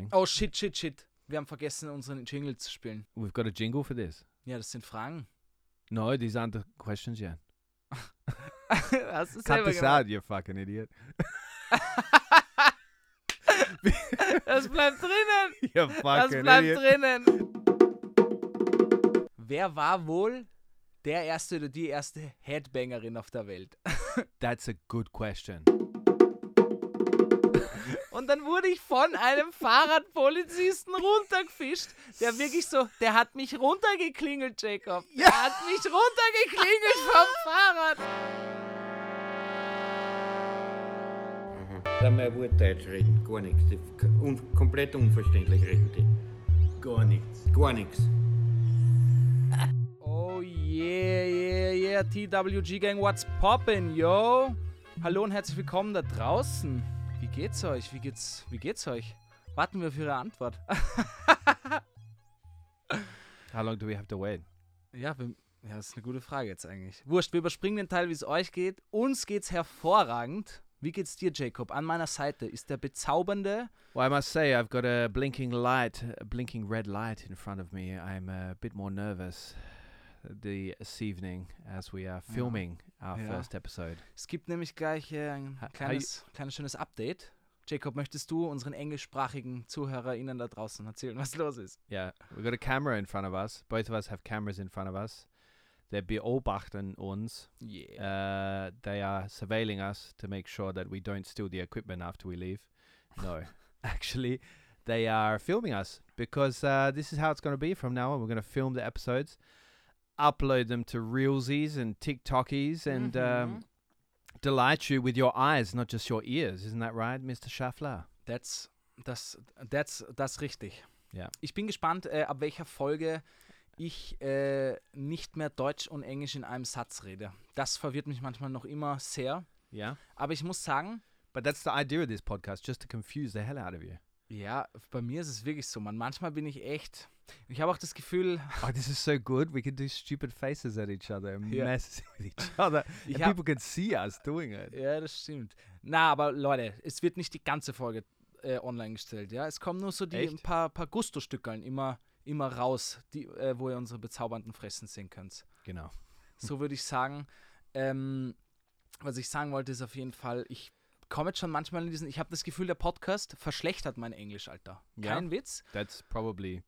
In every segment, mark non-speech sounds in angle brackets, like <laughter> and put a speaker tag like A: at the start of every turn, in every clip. A: Fragen.
B: Oh shit, shit, shit. Wir haben vergessen, unseren Jingle zu spielen.
A: We've got a jingle for this.
B: Ja, das sind Fragen.
A: No, these aren't the questions yet.
B: <laughs> Hast du
A: Cut
B: selber
A: this
B: gemacht?
A: out, you fucking idiot. <laughs>
B: Das bleibt <laughs> drinnen.
A: You
B: Das
A: fucking
B: bleibt
A: idiot.
B: drinnen. Wer war wohl der erste oder die erste Headbangerin auf der Welt? <laughs>
A: That's a good question.
B: Und dann wurde ich von einem <laughs> Fahrradpolizisten runtergefischt, der wirklich so, der hat mich runtergeklingelt, Jacob. Der hat mich runtergeklingelt <laughs> vom Fahrrad.
C: Dann mehr Wort Deutsch reden, gar nichts. Die k- Un komplett unverständlich reden die. Gar nichts. Gar nichts.
B: Oh yeah, yeah, yeah, TWG Gang, what's poppin', yo? Hallo und herzlich willkommen da draußen. Wie geht's euch? Wie geht's, wie geht's euch? Warten wir auf Ihre Antwort. <laughs>
A: How long do we have to wait?
B: Ja, wir, ja, das ist eine gute Frage jetzt eigentlich. Wurscht, wir überspringen den Teil, wie es euch geht. Uns geht's hervorragend. Wie geht's dir, Jacob? An meiner Seite ist der bezaubernde.
A: Well, I must say, I've got a blinking light, a blinking red light in front of me. I'm a bit more nervous this evening as we are filming our
B: Yeah.
A: first episode.
B: Es gibt nämlich gleich äh, ein
A: Ha-
B: kleines, kleines schönes Update. Jacob, möchtest du unseren englischsprachigen ZuhörerInnen da draußen erzählen, was los ist?
A: Yeah, we've got a camera in front of us. Both of us have cameras in front of us. They're beobachten uns.
B: Yeah.
A: Uh, they are surveilling us to make sure that we don't steal the equipment after we leave. No, actually, they are filming us because uh, this is how it's going to be from now on. We're going to film the episodes, upload them to Reelsies and TikTokies, and um, delight you with your eyes, not just your ears. Isn't that right, Mr. Schaffler?
B: That's, das, that's, das richtig.
A: Ja.
B: Ich bin gespannt, äh, ab welcher Folge ich äh, nicht mehr Deutsch und Englisch in einem Satz rede. Das verwirrt mich manchmal noch immer sehr.
A: Yeah.
B: Aber ich muss sagen,
A: But that's the idea of this podcast, just to confuse the hell out of you.
B: ja, bei mir ist es wirklich so, man. Manchmal bin ich echt. Ich habe auch das
A: <laughs>
B: Gefühl,
A: Oh, this is so good. We can do stupid faces at each other and
B: Yeah.
A: mess <laughs> with each other. And
B: Yeah.
A: people can see us doing it.
B: Ja, das stimmt. Na, aber Leute, es wird nicht die ganze Folge äh, online gestellt, ja. Es kommen nur so die
A: Echt?
B: ein paar, paar Gusto-Stückeln immer, immer raus, die, äh, wo ihr unsere bezaubernden Fressen sehen könnt.
A: Genau.
B: So würde ich sagen. Ähm, was ich sagen wollte, ist auf jeden Fall, ich komme jetzt schon manchmal in diesen, ich habe das Gefühl, der Podcast verschlechtert mein Englisch, Alter.
A: Ja.
B: Kein Witz.
A: That's probably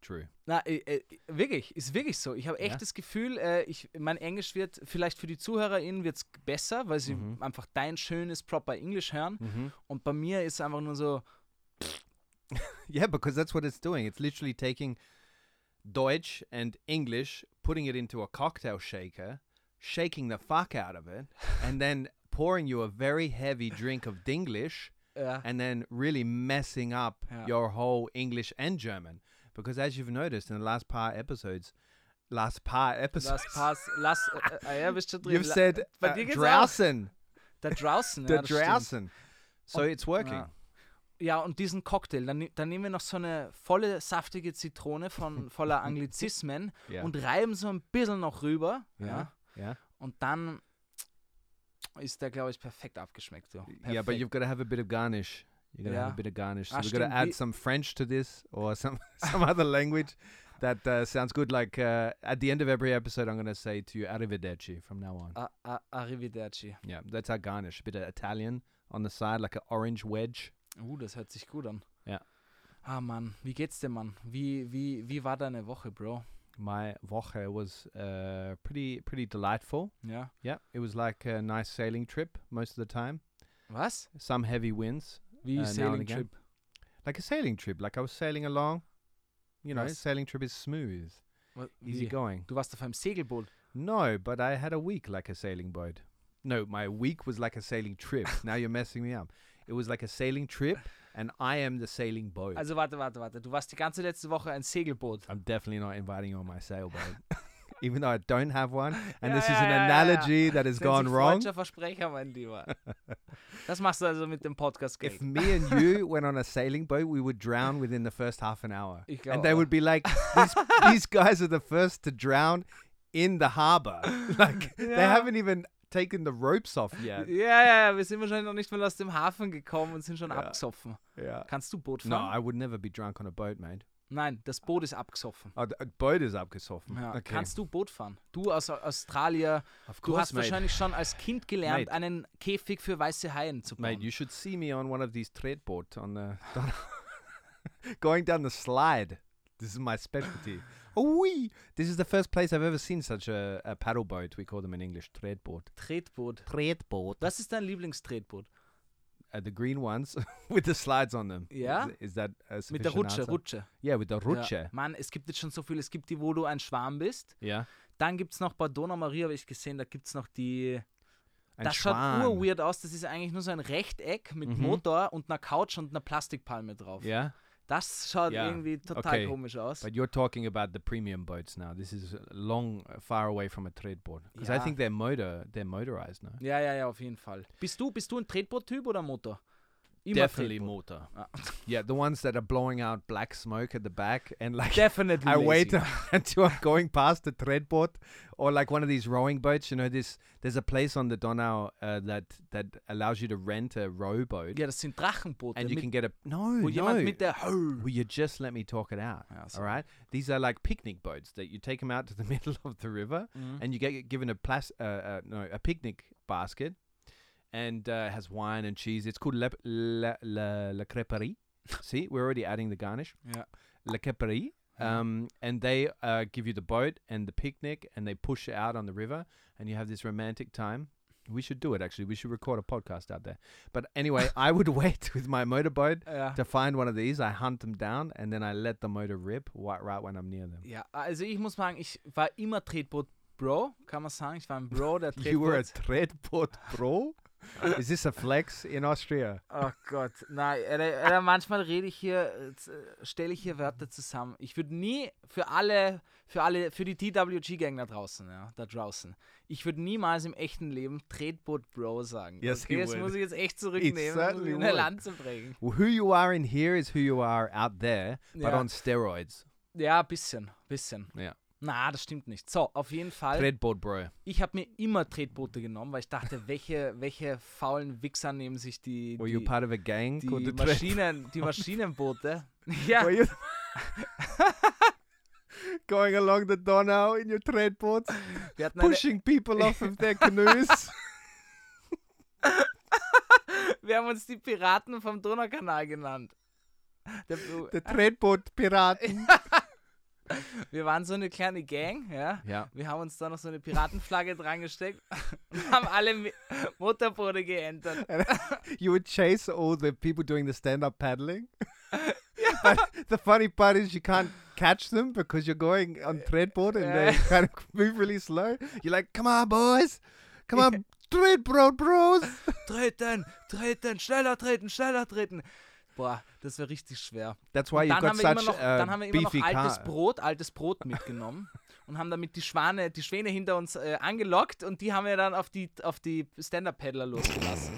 A: true.
B: Na, äh, äh, wirklich, ist wirklich so. Ich habe echt
A: Ja.
B: das Gefühl, äh, ich, mein Englisch wird vielleicht für die ZuhörerInnen wird's besser, weil sie
A: Mhm.
B: einfach dein schönes, proper Englisch hören.
A: Mm-hmm.
B: Und bei mir ist einfach nur so,
A: <laughs> Yeah, because that's what it's doing. It's literally taking Deutsch and English, putting it into a cocktail shaker, shaking the fuck out of <laughs> it, and then pouring you a very heavy drink of Dinglish, <laughs>
B: Ja.
A: and then really messing up
B: Ja.
A: your whole English and German. Because as you've noticed in the last par episodes, last par episodes,
B: lass Pass,
A: <laughs>
B: lass, äh, ah ja, bist du drin.
A: you've
B: La-
A: said
B: bei
A: uh,
B: dir geht's auch.
A: draußen,
B: Da draußen,
A: the
B: ja, das stimmt.
A: draußen. So it's working.
B: Ja. Ja, und diesen Cocktail, dann, ne- dann nehmen wir noch so eine volle, saftige Zitrone
A: <laughs>
B: von voller Anglizismen
A: Ja.
B: und reiben so ein bisschen noch rüber. Ja.
A: yeah.
B: Und dann ist der, glaube ich, perfekt abgeschmeckt. Ja, perfekt.
A: Yeah, but you've got to have a bit of garnish. You're gonna have
B: Yeah.
A: a bit of garnish. So
B: Ah,
A: we're gonna
B: stimmt, wie-
A: add some French to this, or some some other language that uh, sounds good. Like uh, at the end of every episode, I'm gonna say to you "arrivederci" from now on.
B: A- a- Arrivederci.
A: yeah, that's our garnish. A bit of Italian on the side, like an orange wedge.
B: Uh, das hört sich gut an.
A: Ja.
B: Ah, Mann, wie geht's dir, Mann? Wie, wie, wie war deine Woche, Bro?
A: My Woche was uh, pretty pretty delightful.
B: Ja.
A: Yeah, it was like a nice sailing trip most of the time.
B: Was?
A: Some heavy winds,
B: Wie
A: Äh, now and
B: Sailing
A: again.
B: Trip?
A: like a sailing trip. Like I was sailing along. You know,
B: Nice.
A: sailing trip is smooth,
B: Wa- wie?
A: easy going.
B: Du warst auf einem Segelboot.
A: No, but I had a week like a sailing boat. No, my week was like a sailing
B: <laughs>
A: trip. now you're messing me up. It was like a sailing trip, and I am the sailing boat.
B: Also warte, warte, warte. Du warst die ganze letzte Woche ein Segelboot.
A: I'm definitely not inviting you on my
B: <laughs>
A: sailboat, even though I don't have one. And
B: Yeah,
A: this is
B: yeah,
A: an
B: yeah, yeah, yeah.
A: analogy that has
B: Das nennt
A: gone
B: sich
A: wrong.
B: Falscher Versprecher, mein Lieber. Das machst du also mit dem Podcast
A: If
B: Geld.
A: me and you went on a sailing boat, we would drown within the first half an hour.
B: Ich glaub
A: And they
B: auch.
A: would be like, these, these guys are the first to drown in the harbor. Like, they haven't even taken the ropes off yet.
B: Ja, ja, wir sind wahrscheinlich noch nicht mal aus dem Hafen gekommen und sind schon abgesoffen.
A: yeah.
B: Kannst du Boot
A: No,
B: fahren?
A: I would never be drunk on a boat, mate.
B: Nein, das Boot ist abgesoffen.
A: Oh, the uh, boat is abgesoffen.
B: Ja.
A: okay.
B: Kannst du Boot fahren? Du aus Australier,
A: of
B: du
A: course,
B: hast
A: mate.
B: wahrscheinlich schon als Kind gelernt,
A: Mate.
B: einen Käfig für weiße Haien zu bauen.
A: Mate, you should see me on one of these trade boats on the <laughs> down- going down the slide. This is my specialty. Oh, wee! This is the first place I've ever seen such a, a paddle boat. We call them in English trade boat.
B: Tretboot.
A: Trade boat.
B: Was ist dein Lieblingstretboot?
A: Uh, the green ones <laughs> with the slides on them.
B: Yeah?
A: Is, is that a
B: Mit der
A: sufficient
B: Rutsche,
A: answer?
B: Rutsche.
A: Yeah, with the
B: Ja.
A: rutsche.
B: Mann, es gibt jetzt schon so viel. Es gibt die, wo du ein Schwarm bist.
A: Yeah.
B: Dann gibt es noch bei Dona Maria, habe ich gesehen, da gibt es noch die.
A: Ein
B: das
A: Schwan. Mhm.
B: schaut urweird aus. Das ist eigentlich nur so ein Rechteck mit Motor und einer Couch und einer Plastikpalme drauf.
A: Yeah.
B: Das schaut
A: Ja.
B: irgendwie total
A: Okay.
B: komisch aus.
A: But you're talking about the premium boats now. This is long, uh, far away from a trade board because I
B: Yeah.
A: think they're motor, they're motorized now.
B: Ja, ja, ja, auf jeden Fall. Bist du, bist du ein Tretboot-Typ oder Motor? Immer
A: Definitely
B: Tretboot.
A: motor.
B: Ah. <laughs>
A: Yeah, the ones that are blowing out black smoke at the back
B: <laughs>
A: and like
B: Definitely.
A: I
B: lazy.
A: wait <laughs> until I'm going past the trade board or like one of these rowing boats. You know, this there's a place on the Donau uh, that that allows you to rent a rowboat
B: Ja, das sind Drachenboote.
A: and you
B: mit,
A: can get a no,
B: wo
A: no.
B: jemand mit der.
A: Will you just let me talk it out?
B: Ja,
A: All
B: sorry.
A: right. These are like picnic boats that you take them out to the <laughs> middle of the river,
B: Mhm. Mm-hmm.
A: and you get given a plas- uh, uh, no, a picnic basket, and uh, it has wine and cheese. It's called La La, la, la Creperie. See, we're already adding the garnish.
B: Ja.
A: La Creperie.
B: Mm-hmm.
A: Um, and they uh, give you the boat and the picnic, and they push it out on the river, and you have this romantic time. We should do it actually. We should record a podcast out there. But anyway, I would wait with my motorboat
B: Ja.
A: to find one of these, I hunt them down and then I let the motor rip right, right when I'm near them.
B: ja, also ich muss sagen, ich war immer Tretboot-Bro, kann man sagen. Ich war ein Bro, der Tretboot.
A: <laughs> You were a dreadboard bro? Is this a flex in Austria?
B: Oh Gott, nein, Alter, Alter, manchmal rede ich hier, äh, stelle ich hier Wörter zusammen. Ich würde nie für alle, für alle, für die TWG-Gang da draußen, ja, da draußen, ich würde niemals im echten Leben Tretboot Bro sagen.
A: Yes,
B: okay,
A: he
B: das
A: would.
B: muss ich jetzt echt zurücknehmen, um
A: certainly
B: in der
A: would.
B: Lanze bringen.
A: Well, who you are in here is who you are out there, but
B: Yeah.
A: on steroids.
B: Ja, bisschen, bisschen.
A: Yeah.
B: Na, das stimmt nicht. So, auf jeden Fall.
A: Dreadboard bro.
B: ich habe mir immer Tretboote genommen, weil ich dachte, <laughs> welche, welche faulen Wichser nehmen sich die,
A: Were you
B: die,
A: part of a gang
B: die,
A: called the Dread-
B: Maschinen,
A: <laughs>
B: die Maschinenboote. Ja.
A: Were you <laughs> going along the Donau in your dreadboards,
B: Wir hatten, eine,
A: pushing people off of their canoes? <laughs>
B: wir haben uns die Piraten vom Donaukanal genannt. Der,
A: <laughs> the dreadboard piraten.
B: wir waren so eine kleine Gang, ja.
A: <laughs> Yeah.
B: Wir haben uns da noch so eine Piratenflagge dran gesteckt <laughs> und haben alle Mi- Motorboote geentert.
A: you would chase all the people doing the stand-up <laughs> paddling. but the funny part is you can't catch them because you're going on threadboard and they
B: Yeah.
A: kind of <laughs> move really slow. You're like, come on, boys, come <laughs> on, threadboard bros.
B: Treten, treten, schneller treten, schneller treten. Boah, das war richtig schwer.
A: That's why
B: Und
A: you've
B: dann,
A: got
B: haben wir immer
A: such
B: noch,
A: uh,
B: dann haben wir immer
A: beefy
B: noch altes
A: car.
B: Brot, altes Brot mitgenommen <laughs> und haben damit die Schwane, die Schwäne hinter uns äh, angelockt und die haben wir dann auf die auf die Stand-Up-Paddler losgelassen.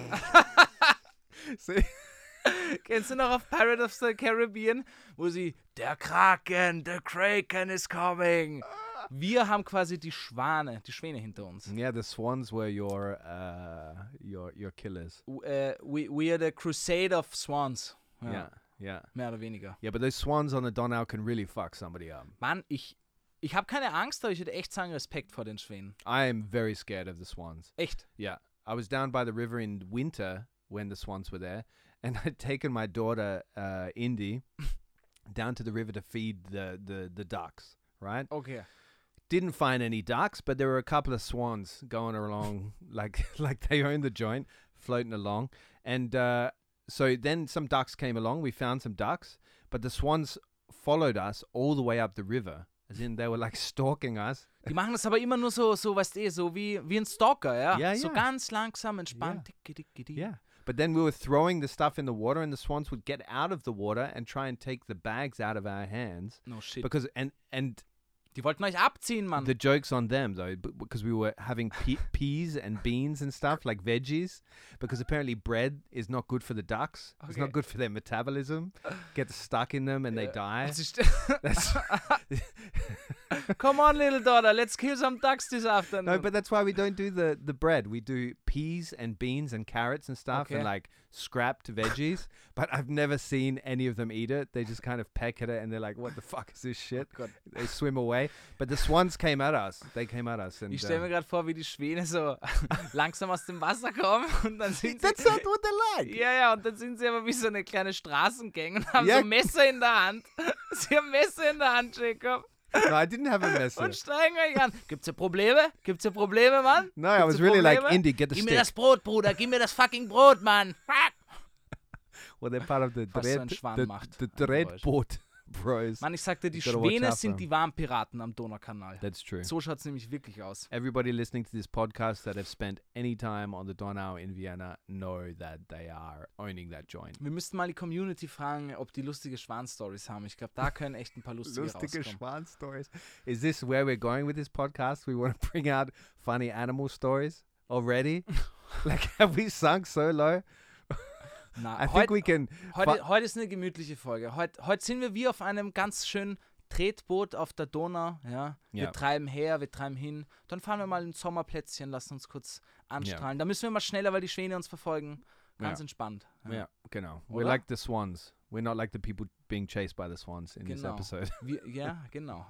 A: <laughs> See?
B: Kennst du noch auf Pirate of the Caribbean, wo sie der Kraken, der Kraken is coming. Wir haben quasi die Schwane, die Schwäne hinter uns.
A: yeah, the swans were your uh, your your killers.
B: W- Äh, we, we are the crusade of swans. Ja,
A: Yeah. yeah, yeah,
B: Mehr oder weniger.
A: But those swans on the Donau can really fuck somebody up.
B: Mann, ich ich habe keine Angst, aber ich würde echt sagen Respekt vor den Schwänen.
A: I am very scared of the swans.
B: Echt.
A: Yeah. I was down by the river in winter when the swans were there, and <laughs> I'd taken my daughter, uh, Indy, <laughs> down to the river to feed the, the, the ducks, right?
B: Okay.
A: Didn't find any ducks, but there were a couple of swans going along, <laughs> like, like they owned the joint, floating along. And uh, so then some ducks came along. We found some ducks, but the swans followed us all the way up the river, as in they were like <laughs> stalking us.
B: Die machen das aber immer nur so, so weißt du, eh, so wie, wie ein Stalker, ja?
A: Ja,
B: so
A: ja.
B: ganz langsam, entspannt. Dicki, dicki, dicki.
A: Yeah. But then we were throwing the stuff in the water, and the swans would get out of the water and try and take the bags out of our hands
B: No shit.
A: because and and
B: Die wollten euch abziehen, Mann.
A: the jokes on them though b- because we were having <laughs> pe- peas and beans and stuff like veggies because apparently bread is not good for the ducks. It's
B: Okay.
A: not good for their metabolism. Gets stuck in them and they
B: Ja.
A: <laughs> die.
B: Das ist-
A: That's
B: <laughs> Come on, little daughter, let's kill some ducks this afternoon.
A: No, but that's why we don't do the, the bread. We do peas and beans and carrots and stuff
B: Okay.
A: and like scrapped
B: <laughs>
A: veggies. but I've never seen any of them eat it. They just kind of peck at it and they're like, what the fuck
B: <laughs>
A: is this shit?
B: Gott.
A: They swim away. But the swans came at us. They came at us. And,
B: ich stelle mir
A: um,
B: gerade vor, wie die Schwäne so <laughs> langsam aus dem Wasser kommen <laughs> und dann sind sie,
A: that's not what they
B: <laughs>
A: like.
B: Ja, ja, und dann sind sie aber wie so eine kleine Straßengang und haben
A: Ja.
B: so Messer in der Hand. <laughs> Sie haben Messer in der Hand, Jacob.
A: No, I didn't
B: <laughs>
A: have a
B: Und
A: message.
B: steigen euch an. Gibt's hier Probleme? Gibt's hier Probleme, Mann?
A: No, I
B: Gibt's
A: was
B: hier
A: really like,
B: Probleme?
A: Indy, get the
B: Gib mir
A: stick.
B: das Brot, Bruder. Gib mir das fucking Brot, Mann.
A: Well, they're part of the
B: Was so ein
A: dread,
B: Schwan
A: the,
B: macht,
A: the
B: ein
A: dread
B: Geräusch.
A: boat <laughs> bros.
B: Mann, ich sagte, die
A: You gotta watch
B: Schwäne
A: out
B: sind
A: for
B: die wahren Piraten am Donaukanal.
A: That's true.
B: So schaut's nämlich wirklich aus.
A: Everybody listening to this podcast that have spent any time on the Donau in Vienna know that they are owning that joint.
B: Wir müssten mal die Community fragen, ob die lustige Schwan-Stories haben. Ich glaube, da können echt ein paar lustige, rauskommen.
A: Schwan stories. Is this where we're going with this podcast? We want to bring out funny animal stories already?
B: <laughs>
A: like, have we sunk so low?
B: Na,
A: I think
B: heute,
A: we can.
B: heute, heute ist eine gemütliche Folge. Heute, heute sind wir wie auf einem ganz schönen Tretboot auf der Donau. Ja? Wir
A: Ja.
B: treiben her, wir treiben hin. Dann fahren wir mal ins Sommerplätzchen, lassen uns kurz anstrahlen. Da müssen wir mal schneller, weil die Schwäne uns verfolgen. Ganz
A: Ja.
B: entspannt.
A: Yeah, genau. We're
B: Oder?
A: like the swans. We're not like the people being chased by the swans in this
B: Genau.
A: episode. <laughs>
B: Wir, ja, genau.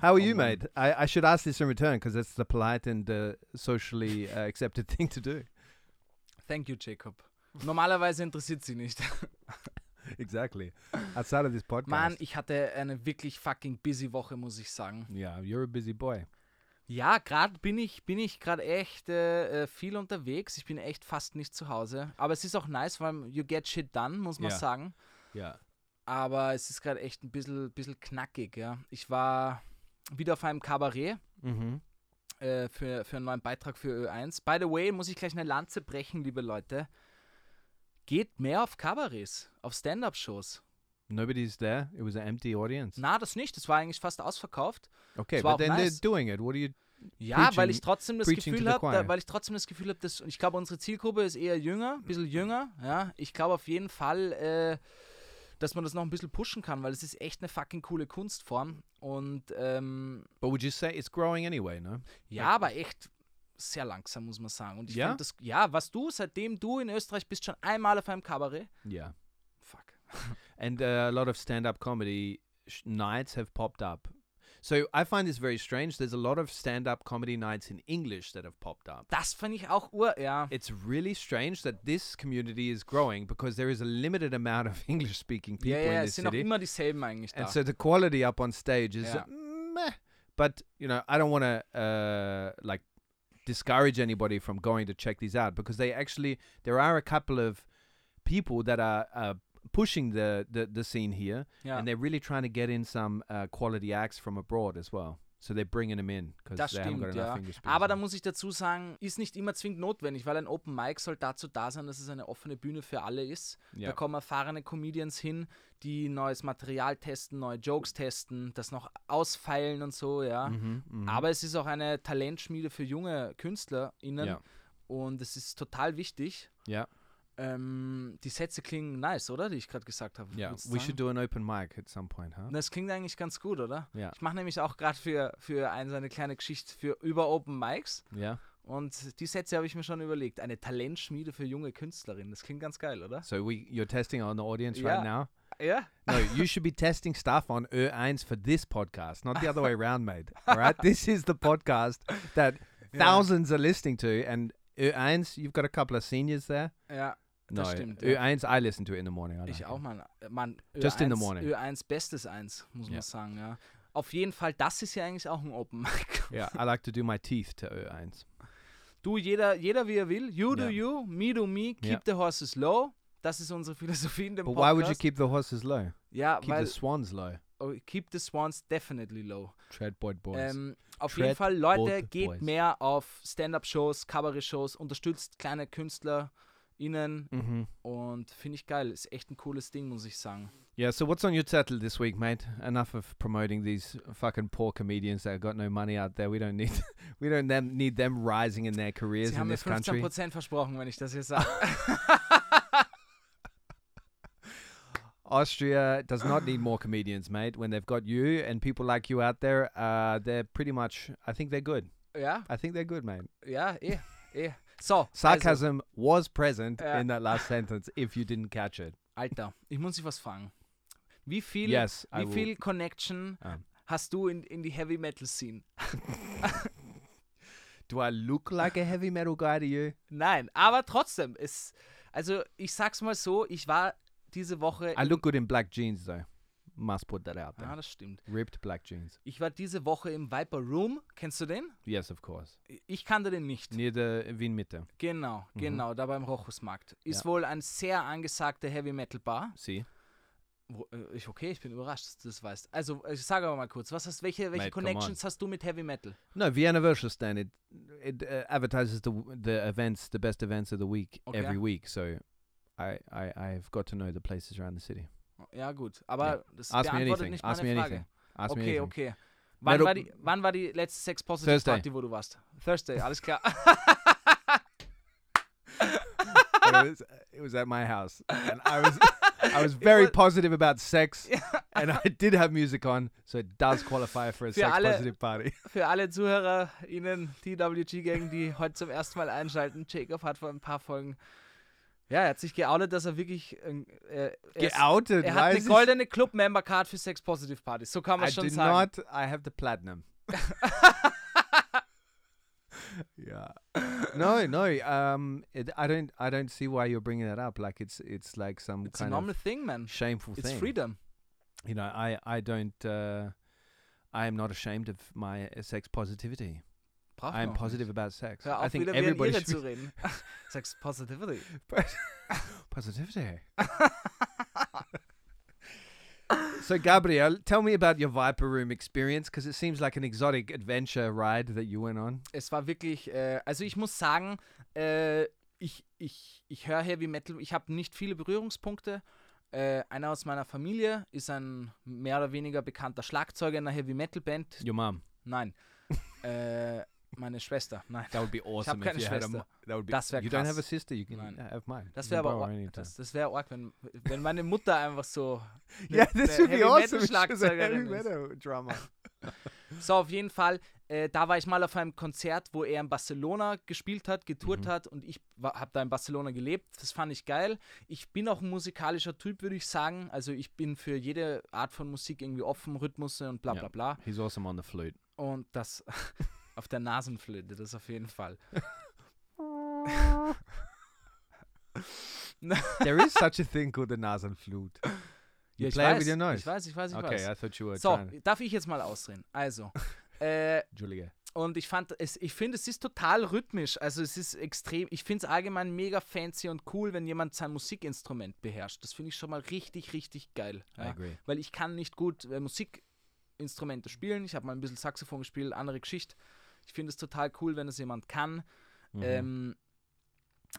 A: How are
B: Oh,
A: you,
B: man.
A: mate? I, I should ask this in return because that's the polite and uh, socially uh, accepted <laughs> thing to do.
B: Thank you, Jacob. Normalerweise interessiert sie nicht. <laughs>
A: Exactly. Outside of this podcast.
B: Mann, ich hatte eine wirklich fucking busy Woche, muss ich sagen.
A: Yeah, you're a busy boy.
B: Ja, gerade bin ich, bin ich gerade echt äh, äh, viel unterwegs. Ich bin echt fast nicht zu Hause. Aber es ist auch nice, weil you get shit done, muss man
A: Ja.
B: sagen.
A: Yeah.
B: Aber es ist gerade echt ein bisschen, bisschen knackig, ja. Ich war wieder auf einem Kabarett
A: Mm-hmm.
B: äh, für, für einen neuen Beitrag für Ö1. By the way, muss ich gleich eine Lanze brechen, liebe Leute. Geht mehr auf Kabarets, auf Stand-Up-Shows.
A: Nobody's there. It was an empty audience.
B: Na, das nicht. Das war eigentlich fast ausverkauft.
A: Okay,
B: Es war
A: but
B: auch
A: then
B: nice.
A: they're doing it. What do you?
B: Ja, weil ich
A: Preaching-
B: trotzdem das
A: preaching to
B: Gefühl
A: the
B: habe, da,
A: choir.
B: weil ich trotzdem das Gefühl habe, dass und ich glaube, unsere Zielgruppe ist eher jünger, ein bisschen jünger, ja. Ich glaube auf jeden Fall, äh, dass man das noch ein bisschen pushen kann, weil es ist echt eine fucking coole Kunstform und ähm,
A: But would you say it's growing anyway? No.
B: ja, aber echt sehr langsam, muss man sagen. Und ich
A: Ja?
B: finde das, ja, was du, seitdem du in Österreich bist, schon einmal auf einem Kabarett,
A: Yeah.
B: fuck.
A: and uh, a lot of stand-up comedy sh- nights have popped up. So I find this very strange. There's a lot of stand-up comedy nights in English that have popped up.
B: Das fand ich auch ur, ja.
A: It's really strange that this community is growing because there is a limited amount of <laughs> English-speaking people
B: Ja, ja,
A: in
B: es
A: this
B: sind auch
A: city,
B: immer dieselben eigentlich da.
A: and so the quality up on stage is mm,
B: Yeah.
A: meh. But you know, I don't want to uh, like discourage anybody from going to check these out because they actually there are a couple of people that are uh, pushing the, the the scene here
B: ja.
A: and they're really trying to get in some uh, quality acts from abroad as well. So they're bringing them in because
B: Das
A: they haven't got
B: stimmt,
A: enough
B: ja.
A: English speakers.
B: Aber da muss ich dazu sagen, ist nicht immer zwingend notwendig, weil ein Open Mic soll dazu da sein, dass es eine offene Bühne für alle ist. Da
A: Ja.
B: kommen erfahrene Comedians hin, die neues Material testen, neue Jokes testen, das noch ausfeilen und so, ja.
A: Mhm, mhm.
B: Aber es ist auch eine Talentschmiede für junge KünstlerInnen
A: Ja.
B: und es ist total wichtig.
A: Ja.
B: Ähm, die Sätze klingen nice, oder? Die ich gerade gesagt habe.
A: yeah,
B: Würdest du
A: we
B: sagen?
A: should do an open mic at some point, huh?
B: Das klingt eigentlich ganz gut, oder?
A: Ja.
B: Ich mache nämlich auch gerade für, für ein, so eine kleine Geschichte für über Open Mics.
A: Yeah.
B: Und die Sätze habe ich mir schon überlegt. Eine Talentschmiede für junge Künstlerinnen. Das klingt ganz geil, oder?
A: So we you're testing on the audience
B: Ja.
A: right now.
B: Ja.
A: No, you should be testing stuff on Ur1 for this podcast, not the other way around, mate. All right, this is the podcast <laughs> that thousands are listening to, and Ur1, you've got a couple of seniors there.
B: Ja,
A: No,
B: das stimmt. Ja.
A: Ur1, I listen to it in the morning. I like
B: Ich
A: it.
B: auch, Mann. Mann
A: Just in the
B: Ö1
A: morning.
B: Ö1 bestes Eins, muss
A: Ja.
B: man sagen, ja. Auf jeden Fall, das ist ja eigentlich auch ein Open Mic. <laughs>
A: Yeah, I like to do my teeth to Er <laughs> Ur1.
B: Du, jeder, jeder wie er will. You do
A: Ja.
B: you, me do me, keep
A: Ja.
B: the horses low. Das ist unsere Philosophie in dem
A: But
B: Podcast.
A: why would you keep the horses low?
B: ja,
A: Keep
B: weil,
A: the swans low.
B: oh, keep the swans definitely low.
A: Tread Boyd Boys.
B: Ähm, auf
A: Tread
B: jeden Fall, Leute,
A: water
B: geht
A: boys.
B: mehr auf Stand-Up-Shows, Cabaret-Shows, unterstützt kleine KünstlerInnen
A: Mhm.
B: und finde ich geil. Ist echt ein cooles Ding, muss ich sagen.
A: Yeah, so what's on your turtle this week, mate? Enough of promoting these fucking poor comedians that have got no money out there. We don't need <laughs> we don't them, need them rising in their careers
B: Sie
A: in
B: haben mir
A: this country.
B: 15% versprochen, wenn ich das hier sage.
A: Austria does not need more comedians, mate. When they've got you and people like you out there, uh, they're pretty much. I think they're good.
B: <laughs> Ja,
A: I think they're good, mate.
B: ja, eh, eh. So, also,
A: Sarcasm was present
B: Ja.
A: in that last sentence. If you didn't catch it,
B: Alter, ich muss dich was fragen. Wie viel,
A: Yes, I
B: wie
A: will.
B: viel Connection
A: Ah.
B: hast du in, in die Heavy Metal Scene?
A: do I look like a heavy metal guy to you?
B: Nein, aber trotzdem, es, also ich sag's mal so, ich war diese Woche.
A: I look good in black jeans, though. Must put that out there.
B: ah, das stimmt.
A: Ripped black jeans.
B: Ich war diese Woche im Viper Room. Kennst du den?
A: Yes, of course.
B: Ich kannte den nicht.
A: Near the Wien Mitte.
B: Genau, genau, da beim Rochusmarkt. Ist
A: Mhm. Ja.
B: wohl ein sehr angesagte Heavy Metal Bar.
A: See,
B: Wo, äh, ich, okay, ich bin überrascht, dass du das weißt. Also, ich sage aber mal kurz, was hast, welche, welche
A: Mate, come
B: Connections hast du mit Heavy Metal?
A: no Vienna Virtual Stand. It it uh, advertises the the events, the best events of the week
B: Okay.
A: every week. So, I I I've got to know the places around the city.
B: Ja, gut, aber das
A: Ask me
B: beantwortet
A: anything.
B: nicht meine
A: Ask me
B: Frage.
A: anything. Ask me
B: okay,
A: anything.
B: okay. Wann
A: Metal-
B: war, die, wann war die letzte Sex Positive
A: Thursday.
B: Party, wo du warst? Thursday, alles klar. <laughs>
A: <laughs> it, was, it was at my house, and I was
B: <laughs>
A: I was very
B: was-
A: positive
B: <laughs>
A: about sex, and I did have music on, so it does qualify for a sex
B: alle-
A: positive party.
B: Für alle ZuhörerInnen, TWG-Gang, die heute zum ersten Mal einschalten, Jacob hat vor ein paar Folgen. Ja, er hat sich geoutet, dass er wirklich. Äh, äh, er ist-
A: Geoutet,
B: Er hat
A: weiß
B: eine
A: ich.
B: goldene Club-Member-Card für Sex Positive Partys. So kann man
A: I
B: es schon
A: did
B: sagen. <laughs>
A: not. I have the platinum. <laughs> yeah. No, no. Um, it, I don't. I don't see why you're bringing that up. Like it's it's like some
B: It's a
A: kind
B: normal
A: of
B: thing, man.
A: shameful
B: It's
A: thing.
B: freedom.
A: You know, I I don't. Uh, I am not ashamed of my uh, sex positivity.
B: Braucht
A: I
B: man
A: am
B: auch nicht.
A: positive about sex.
B: Hör auf,
A: I think
B: wieder wie ein
A: everybody
B: Irre
A: should
B: zu
A: be <laughs>
B: reden. Sex Positivity. <laughs>
A: positivity. so, Gabriel, tell me about your Viper Room experience because it seems like an exotic adventure ride that you went on.
B: Es war wirklich, äh, also ich muss sagen, äh, ich, ich, ich höre Heavy Metal, ich habe nicht viele Berührungspunkte. Äh, einer aus meiner Familie ist ein mehr oder weniger bekannter Schlagzeuger in einer Heavy Metal Band.
A: Your mom. <laughs>
B: Nein. äh, meine Schwester, nein.
A: That would be awesome if
B: keine
A: you had a.
B: Schwester.
A: mo- That would be.
B: Das wär
A: you don't have a
B: krass.
A: sister. You can
B: Nein.
A: uh, have mine.
B: Das
A: You
B: wäre
A: can
B: aber
A: borrow
B: or-
A: anytime.
B: das, das wär arg, wenn, wenn meine Mutter einfach
A: <laughs>
B: so. ne-
A: yeah,
B: ne
A: this would be
B: Heavy
A: awesome. It's just a heavy
B: Metal-Schlagzeugerin ist.
A: metal drama.
B: So, auf jeden Fall, äh, da war ich mal auf einem Konzert, wo er in Barcelona gespielt hat,
A: Mhm.
B: getourt hat und ich habe da in Barcelona gelebt. Das fand ich geil. Ich bin auch ein musikalischer Typ, würde ich sagen. Also, ich bin für jede Art von Musik irgendwie offen, Rhythmus und bla
A: Ja.
B: bla bla.
A: He's awesome on the flute.
B: Und das <laughs> auf der Nasenflöte, das auf jeden Fall.
A: there is such a thing called the Nasen <laughs> flute. You
B: Ja, ich
A: play it
B: weiß,
A: with your nose.
B: Ich weiß, ich weiß, ich
A: okay, I
B: weiß.
A: thought you were
B: So,
A: trying.
B: darf ich jetzt mal ausreden?
A: <laughs>
B: Also, äh,
A: Julia.
B: Und ich fand es, ich finde, es ist total rhythmisch. Also es ist extrem, ich finde es allgemein mega fancy und cool, wenn jemand sein Musikinstrument beherrscht. Das finde ich schon mal richtig, richtig geil.
A: I
B: Ja?
A: agree.
B: Weil ich kann nicht gut äh, Musikinstrumente spielen. Ich habe mal ein bisschen Saxophon gespielt, andere Geschichte. Ich finde es total cool, wenn es jemand kann.
A: Mhm.
B: Ähm,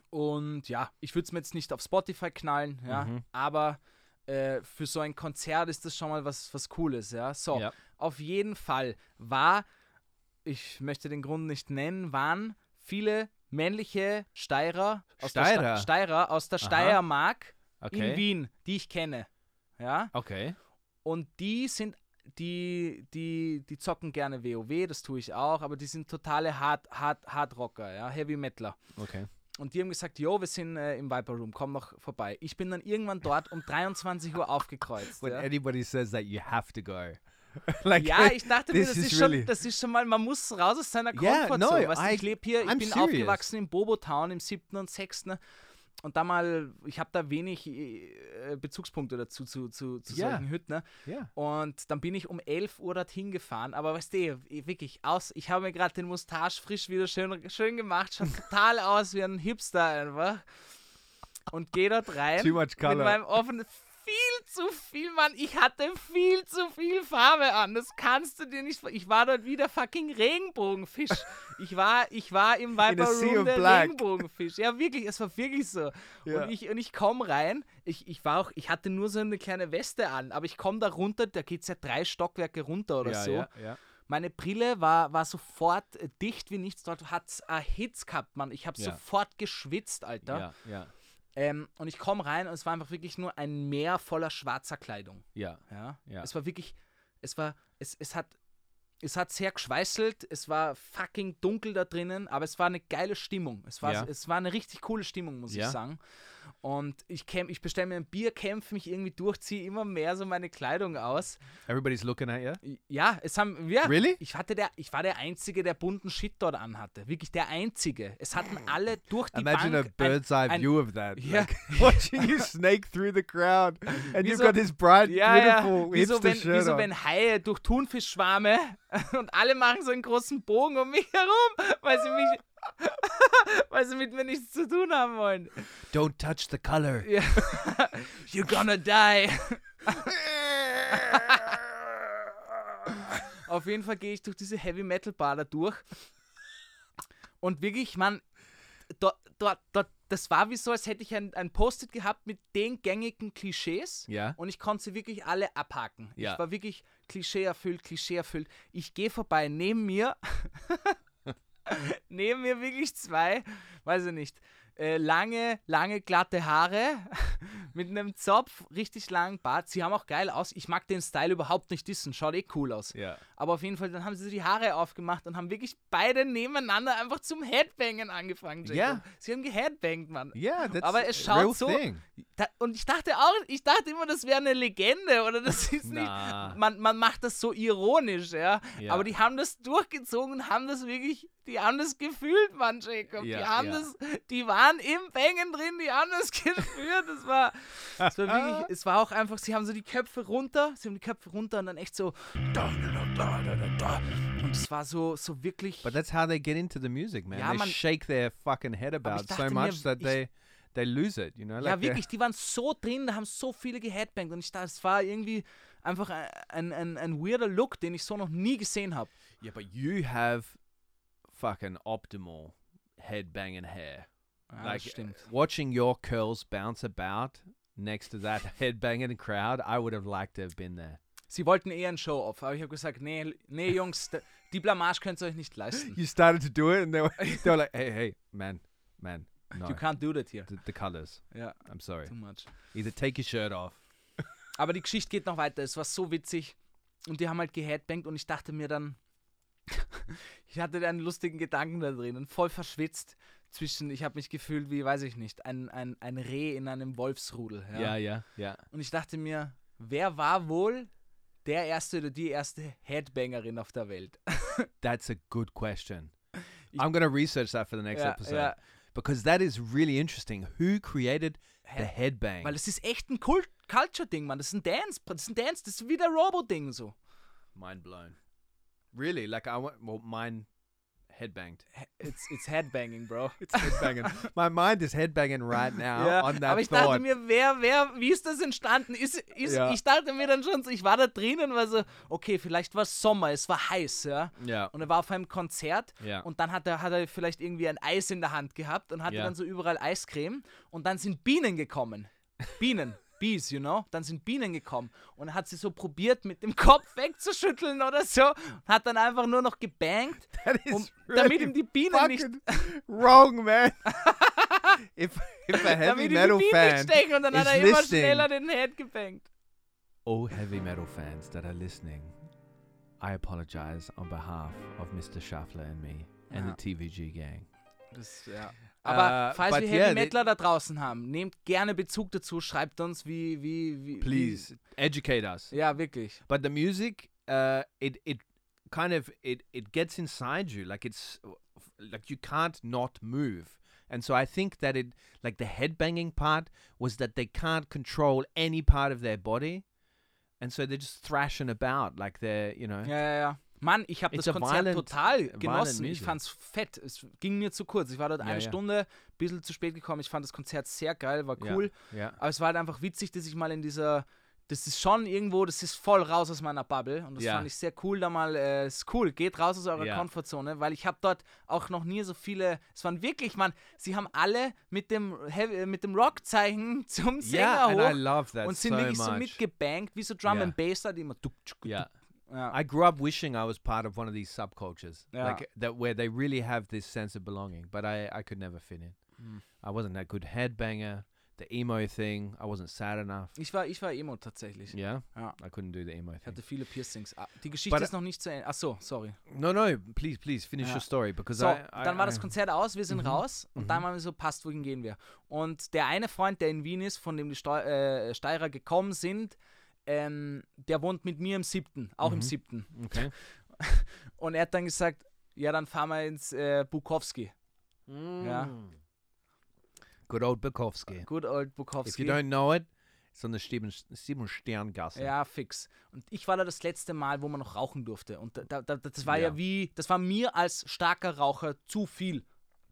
B: und ja, ich würde es mir jetzt nicht auf Spotify knallen, ja,
A: Mhm.
B: aber äh, für so ein Konzert ist das schon mal was, was Cooles, ja. So,
A: Yep.
B: auf jeden Fall war, ich möchte den Grund nicht nennen, waren viele männliche Steirer aus der, Sta-
A: Steirer?
B: Steirer aus der
A: Aha.
B: Steiermark in
A: Okay.
B: Wien, die ich kenne, ja.
A: Okay.
B: Und die sind, die, die, die zocken gerne WoW, das tue ich auch, aber die sind totale Hard, Hard, Hardrocker, ja, Heavy Metaler.
A: Okay.
B: Und die haben gesagt, jo, wir sind äh, im Viper Room, komm noch vorbei. Ich bin dann irgendwann dort um 23 Uhr aufgekreuzt.
A: When
B: ja.
A: anybody says that, you have to go. <laughs> like,
B: Ja, ich dachte mir,
A: this
B: das
A: is
B: ist, schon,
A: really-
B: das ist schon mal, man muss raus aus seiner
A: Yeah,
B: Komfortzone.
A: no,
B: weißt du,
A: I-
B: ich lebe hier, ich
A: I'm
B: bin
A: serious.
B: aufgewachsen in Bobotown im 7. und 6. Und da mal, ich habe da wenig äh, Bezugspunkte dazu zu, zu, zu
A: Ja.
B: solchen Hütten. Ne?
A: yeah.
B: Und dann bin ich um 11 Uhr dorthin gefahren. Aber weißt du, ich- wirklich, aus, ich habe mir gerade den Mustache frisch wieder schön, schön gemacht. Schaut
A: <laughs>
B: total aus wie ein Hipster einfach. Und gehe dort rein.
A: Too much
B: Mit
A: color.
B: meinem offenen. Viel zu viel, Mann. Ich hatte viel zu viel Farbe an. Das kannst du dir nicht. vor- Ich war dort wie der fucking Regenbogenfisch.
A: <laughs>
B: Ich war, ich war im Viper
A: sea
B: Room
A: of
B: der
A: black.
B: Regenbogenfisch. Ja, wirklich. Es war wirklich so.
A: Ja.
B: Und ich, und ich komme rein. Ich, ich war auch, ich hatte nur so eine kleine Weste an, aber ich komme da runter. Da geht es ja drei Stockwerke runter oder
A: yeah,
B: so.
A: yeah, yeah.
B: Meine Brille war, war sofort äh, dicht wie nichts. Dort hat es Hits äh, gehabt, Mann. Ich habe
A: Ja.
B: sofort geschwitzt, Alter.
A: Yeah, yeah.
B: Ähm, und ich komme rein und es war einfach wirklich nur ein Meer voller schwarzer Kleidung.
A: Ja.
B: Ja.
A: Ja.
B: Es war wirklich, es war, es, es hat, es hat sehr geschweißelt, es war fucking dunkel da drinnen, aber es war eine geile Stimmung. Es war,
A: Ja.
B: es war eine richtig coole Stimmung, muss
A: Ja.
B: ich sagen. Und ich, käm- ich bestelle mir ein Bier, kämpfe mich irgendwie durch, ziehe immer mehr so meine Kleidung aus.
A: Everybody's looking at you.
B: Ja, es haben, ja,
A: Really?
B: ich hatte der, ich war der Einzige, der bunten Shit dort anhatte. Wirklich der Einzige. Es hatten alle durch die
A: Imagine
B: Bank
A: a bird's
B: ein,
A: eye
B: ein,
A: view of that.
B: Ja.
A: Like, <laughs> watching you snake through the <laughs> crowd. And you've
B: Wieso-
A: got this bright,
B: Ja, ja.
A: beautiful
B: Wieso,
A: hipster
B: wenn,
A: shirt
B: wieso
A: on.
B: wenn Haie durch Thunfischschwärme <laughs> und alle machen so einen großen Bogen um mich herum, weil sie mich, <laughs> weil sie mit mir nichts zu tun haben wollen.
A: Don't touch the color.
B: Ja. You're gonna die. Auf jeden Fall gehe ich durch diese Heavy Metal Bar da durch. Und wirklich, man, dort, dort, dort, das war wie so, als hätte ich ein, ein Post-it gehabt mit den gängigen Klischees.
A: Ja.
B: Und ich konnte sie wirklich alle abhaken.
A: Ja.
B: Ich war wirklich Klischee erfüllt, Klischee erfüllt. Ich gehe vorbei, neben mir, <laughs> neben mir wirklich zwei, weiß ich nicht, äh, lange, lange glatte Haare <laughs> mit einem Zopf, richtig langen Bart. Sie haben auch geil aus. Ich mag den Style überhaupt nicht dissen, schaut eh cool aus.
A: Ja.
B: Aber auf jeden Fall, dann haben sie so die Haare aufgemacht und haben wirklich beide nebeneinander einfach zum Headbangen angefangen. Jacob.
A: Ja.
B: Sie haben geheadbangt, Mann.
A: Yeah, that's
B: Aber es
A: a
B: schaut
A: real
B: so-
A: thing.
B: Da, und ich dachte auch, ich dachte immer, das wäre eine Legende oder <laughs> das ist
A: Na.
B: nicht. Man, man macht das so ironisch, ja?
A: Ja.
B: Aber die haben das durchgezogen und haben das wirklich, die haben das gefühlt, Mann, Jacob.
A: Ja,
B: die haben
A: ja.
B: das, die waren im Bängen drin, die haben das <laughs> gespürt. Das war, das war wirklich, <laughs> es war auch einfach, sie haben so die Köpfe runter, sie haben die Köpfe runter und dann echt so. da, da, da, da, da, da. Und es war so, so wirklich.
A: But that's how they get into the music, man.
B: Ja,
A: they
B: man-
A: shake their fucking head about
B: ich
A: so
B: dachte mir,
A: much that
B: ich-
A: they they lose it, you know? Like
B: Ja,
A: they're-
B: wirklich, die waren so drin, da haben so viele geheadbangt und ich dachte, es war irgendwie einfach ein, ein, ein weirder Look, den ich so noch nie gesehen habe.
A: Yeah, but you have fucking optimal head banging hair.
B: Ja,
A: like äh,
B: das stimmt.
A: watching your curls bounce about next to
B: <laughs>
A: that head banging crowd, I would have liked to have been there.
B: Sie wollten eher ein Show-Off, aber ich habe gesagt, nee, nee Jungs, d- die Blamage könnt ihr euch nicht leisten.
A: You started to do it, and they were <laughs> they were like, "Hey, hey, man, man, no,
B: You can't do that here.
A: the, the colors.
B: Ja,
A: I'm sorry.
B: too much.
A: Either take your shirt off."
B: Aber die Geschichte geht noch weiter, es war so witzig und die haben halt geheadbangt und ich dachte mir dann, <laughs> ich hatte da einen lustigen Gedanken da drin und voll verschwitzt zwischen, ich habe mich gefühlt wie, weiß ich nicht, ein, ein, ein Reh in einem Wolfsrudel. Ja,
A: Yeah, yeah, yeah.
B: Und ich dachte mir, wer war wohl der erste oder die erste Headbangerin auf der Welt?
A: That's a good question.
B: <laughs>
A: I'm gonna research that for the next
B: Yeah,
A: episode
B: yeah.
A: because that is really interesting. Who created the headbang?
B: Weil es ist echt ein Kult Culture-Ding, Mann. Das ist ein Dance, das ist ein Dance, das ist wie der Robo-Ding so.
A: Mind blown. Really? Like I want well, mine headbanged.
B: It's, it's Headbanging, <laughs> Bro.
A: <laughs> Headbanging. My mind is headbanging right now
B: Ja,
A: on that
B: aber ich dachte
A: thought.
B: mir, wer, wer, wie ist das entstanden? Ist, ist,
A: Ja.
B: Ich dachte mir dann schon, so, ich war da drin und war so, okay, vielleicht war es Sommer, es war heiß, ja.
A: <laughs> Ja.
B: Und er war auf einem Konzert
A: Ja.
B: und dann hat er, hat er vielleicht irgendwie ein Eis in der Hand gehabt und hatte
A: Ja.
B: dann so überall Eiscreme und dann sind Bienen gekommen. Bienen. <laughs> Bees, you know? Dann sind Bienen gekommen und er hat sie so probiert, mit dem Kopf wegzuschütteln oder so. Und hat dann einfach nur noch
A: <laughs>
B: gebangt,
A: That is
B: um,
A: really
B: damit ihm die Bienen nicht,
A: fucking wrong, <laughs> man. if if a
B: damit
A: heavy
B: ihm die
A: metal
B: Bienen
A: fan
B: nicht stechen. Und dann
A: is
B: hat er immer schneller
A: listening,
B: den Head gebangt.
A: all heavy metal fans that are listening, I apologize on behalf of Mr. Schaffler and me and
B: Ja.
A: the TVG gang.
B: Das, ja. Aber
A: Äh,
B: falls
A: but
B: wir
A: yeah,
B: Heavy
A: they-
B: Metaler da draußen haben, nehmt gerne Bezug dazu, schreibt uns, wie, wie, wie.
A: Please educate us.
B: Wie, ja, wirklich.
A: But the music, uh, it it kind of it it gets inside you, like it's like you can't not move. And so I think that it like the headbanging part was that they can't control any part of their body, and so they're just thrashing about like they're you know
B: Ja, ja, ja. Mann, ich habe
A: It's
B: das
A: a
B: Konzert
A: violent-
B: total
A: violent
B: genossen. Ich
A: music.
B: fand's fett. Es ging mir zu kurz. Ich war dort
A: Ja,
B: eine
A: ja.
B: Stunde, ein bisschen zu spät gekommen. Ich fand das Konzert sehr geil, war
A: Yeah,
B: cool.
A: yeah
B: Aber es war halt einfach witzig, dass ich mal in dieser. Das ist schon irgendwo, das ist voll raus aus meiner Bubble. Und das
A: Ja.
B: fand ich sehr cool, da mal. Äh, ist cool, geht raus aus eurer
A: Ja.
B: Komfortzone, weil ich habe dort auch noch nie so viele. Es waren wirklich, man, sie haben alle mit dem, Heavy- äh, mit dem Rockzeichen <laughs> zum Sänger
A: yeah, and I
B: hoch
A: love that
B: und sind
A: so
B: wirklich so
A: much.
B: mitgebankt, wie so Drum
A: Ja.
B: and Bass, da die immer. Tuk, tuk, tuk.
A: yeah.
B: Ja.
A: I grew up wishing I was part of one of these subcultures,
B: Yeah.
A: like that where they
B: Mm.
A: really have this sense of belonging. But I, I could never fit in. I wasn't that good headbanger. the emo thing. I wasn't sad enough.
B: Ich war, ich war Emo tatsächlich.
A: Yeah,
B: Ja.
A: I couldn't do the emo
B: Ich
A: thing.
B: hatte viele Piercings. Ah, Die Geschichte
A: But-
B: ist noch nicht zu Ende. Ach so, sorry.
A: No, no, please, please finish
B: Ja.
A: your story because
B: So,
A: I, I.
B: dann war
A: I-
B: das Konzert aus, wir sind raus und
A: mhm.
B: dann waren wir so, passt, wohin gehen wir? Und der eine Freund, der in Wien ist, von dem die Steu äh, Steirer gekommen sind, ähm, der wohnt mit mir im siebten, auch im
A: Mhm.
B: siebten.
A: Okay.
B: Und er hat dann gesagt, ja, dann fahren wir ins äh, Bukowski.
A: Mm. Good old Bukowski.
B: Good old
A: If you
B: Bukowski.
A: don't know it, it's on the Sieben, Sieben Sterngasse.
B: Ja, fix. Und ich war da das letzte Mal, wo man noch rauchen durfte. Und da, da, da, das war ja.
A: Ja.
B: wie, das war mir als starker Raucher zu viel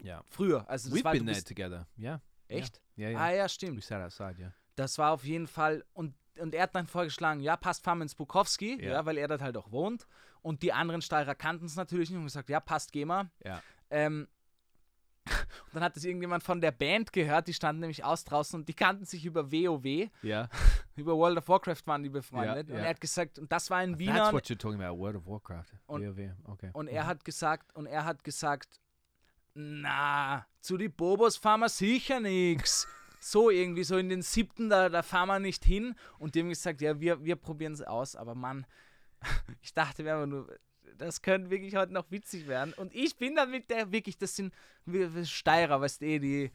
A: Yeah.
B: früher. Also das
A: We've
B: war, du
A: been there
B: bist-
A: together. Yeah.
B: Echt?
A: Yeah, yeah.
B: Ah ja,
A: we
B: stimmt.
A: sat outside, yeah.
B: Das war auf jeden Fall. Und, und er hat dann vorgeschlagen, ja, passt, fahren wir ins Bukowski, ja.
A: Ja.
B: weil er dort halt auch wohnt. Und die anderen Steirer kannten es natürlich nicht und haben gesagt, ja, passt, geh mal.
A: Ja.
B: Ähm, <laughs> und dann hat es irgendjemand von der Band gehört, die standen nämlich aus draußen und die kannten sich über WoW,
A: Yeah.
B: über World of Warcraft waren die befreundet.
A: Ja,
B: Und
A: ja.
B: er hat gesagt, und das war in Wiener.
A: That's
B: und-
A: what you're talking about. World of Warcraft.
B: Und-
A: WoW. Okay. Mhm.
B: Und er hat gesagt, und er hat gesagt, na, zu die Bobos fahren wir sicher
A: <laughs>
B: nix. So irgendwie, so in den siebten, da, da fahren wir nicht hin. Und dem gesagt, ja, wir, wir probieren es aus. Aber Mann, <laughs> ich dachte mir aber nur, das könnte wirklich heute noch witzig werden. Und ich bin dann mit der, wirklich, das sind wir- wir Steirer, weißt du, eh, die,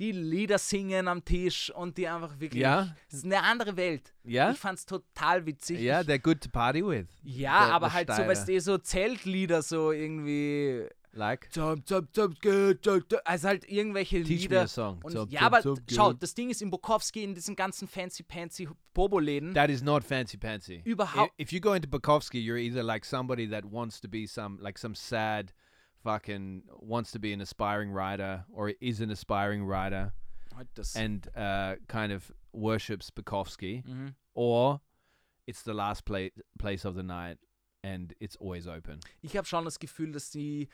B: die Lieder singen am Tisch und die einfach wirklich,
A: Ja.
B: das ist eine andere Welt.
A: Yeah.
B: Ich fand's total witzig.
A: Yeah,
B: ich,
A: they're good to party with.
B: ja,
A: der-
B: aber
A: der
B: halt so,
A: Steirer.
B: weißt du, eh, so Zeltlieder, so irgendwie.
A: Like,
B: Zap, zap, zap, ge- zap, zap. Also halt irgendwelche
A: teach me
B: Lieder.
A: a song.
B: Und
A: Zop,
B: ja,
A: zop,
B: aber
A: zop,
B: schau,
A: good.
B: das Ding ist in Bukowski, in diesen ganzen fancy-pancy Bobo-Läden.
A: That is not fancy pancy.
B: Überhaupt-
A: I- If you go into Bukowski, you're either like somebody that wants to be some like some sad fucking wants to be an aspiring writer or is an aspiring writer
B: Halt das.
A: and uh, kind of worships Bukowski,
B: Mhm.
A: or it's the last pla- place of the night and it's always open.
B: Ich habe schon das Gefühl, dass die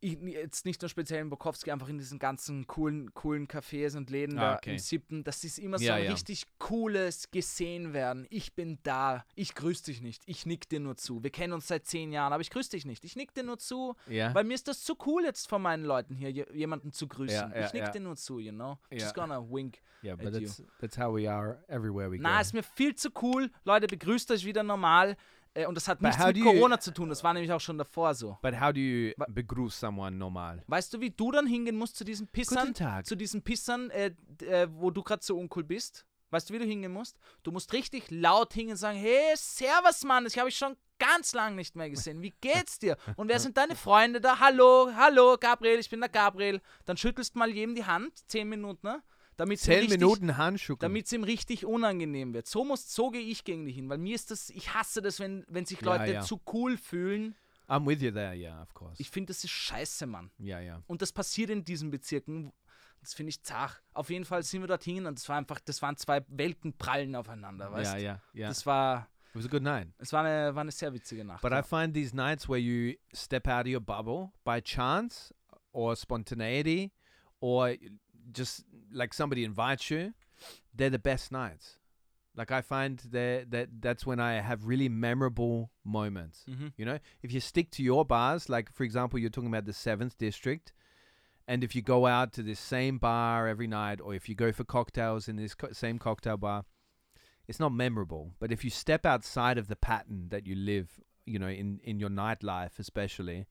B: ich, jetzt nicht nur speziell in Bukowski, einfach in diesen ganzen coolen, coolen Cafés und Läden
A: Ah,
B: da
A: okay.
B: im siebten, das ist immer so
A: Ja,
B: ein
A: ja.
B: richtig cooles gesehen werden. Ich bin da, ich grüß dich nicht, ich nick dir nur zu. Wir kennen uns seit zehn Jahren, aber ich grüß dich nicht, ich nick dir nur zu.
A: Yeah.
B: Weil mir ist das zu cool jetzt von meinen Leuten hier, je- jemanden zu grüßen.
A: Ja, ja,
B: ich nick
A: ja.
B: dir nur zu, you know.
A: Ja.
B: Just gonna wink.
A: yeah,
B: at
A: but that's that's how we are everywhere we
B: Na,
A: go.
B: ist mir viel zu cool. Leute, begrüßt euch wieder normal. Äh, Und das hat
A: But
B: nichts
A: how
B: mit
A: do you-
B: Corona zu tun. Das war nämlich auch schon davor so.
A: But how do you begrüß someone normal?
B: Weißt du, wie du dann hingehen musst zu diesen Pissern?
A: Guten Tag.
B: Zu diesen Pissern, äh, d- äh, wo du gerade so uncool bist. Weißt du, wie du hingehen musst? Du musst richtig laut hingehen und sagen, hey, servus, Mann, ich habe ich schon ganz lang nicht mehr gesehen. Wie geht's dir? Und wer sind deine Freunde da? Hallo, hallo, Gabriel, ich bin der Gabriel. Dann schüttelst mal jedem die Hand, zehn Minuten, ne? Damit sie
A: Zehn
B: richtig-
A: Minuten Handschuhe.
B: damit es ihm richtig unangenehm wird. So muss, so gehe ich gegen die hin, weil mir ist das, ich hasse das, wenn, wenn sich
A: Ja,
B: Leute
A: ja.
B: zu cool fühlen.
A: I'm with you there. Yeah, of course.
B: Ich finde, das ist scheiße, Mann.
A: yeah, yeah.
B: Und das passiert in diesen Bezirken. Das finde ich zach. Auf jeden Fall sind wir dorthin und es war einfach, das waren zwei Welten prallen aufeinander, weißt
A: Yeah,
B: du?
A: yeah, yeah.
B: Das war,
A: It was a good night.
B: es war eine, war eine sehr witzige Nacht.
A: But
B: ja.
A: I find these nights where you step out of your bubble by chance or spontaneity or just like somebody invites you, they're the best nights. Like I find that that that's when I have really memorable moments.
B: Mhm.
A: You know, if you stick to your bars, like for example, you're talking about the seventh district, and if you go out to this same bar every night, or if you go for cocktails in this co- same cocktail bar, it's not memorable. But if you step outside of the pattern that you live, you know, in in your nightlife, especially,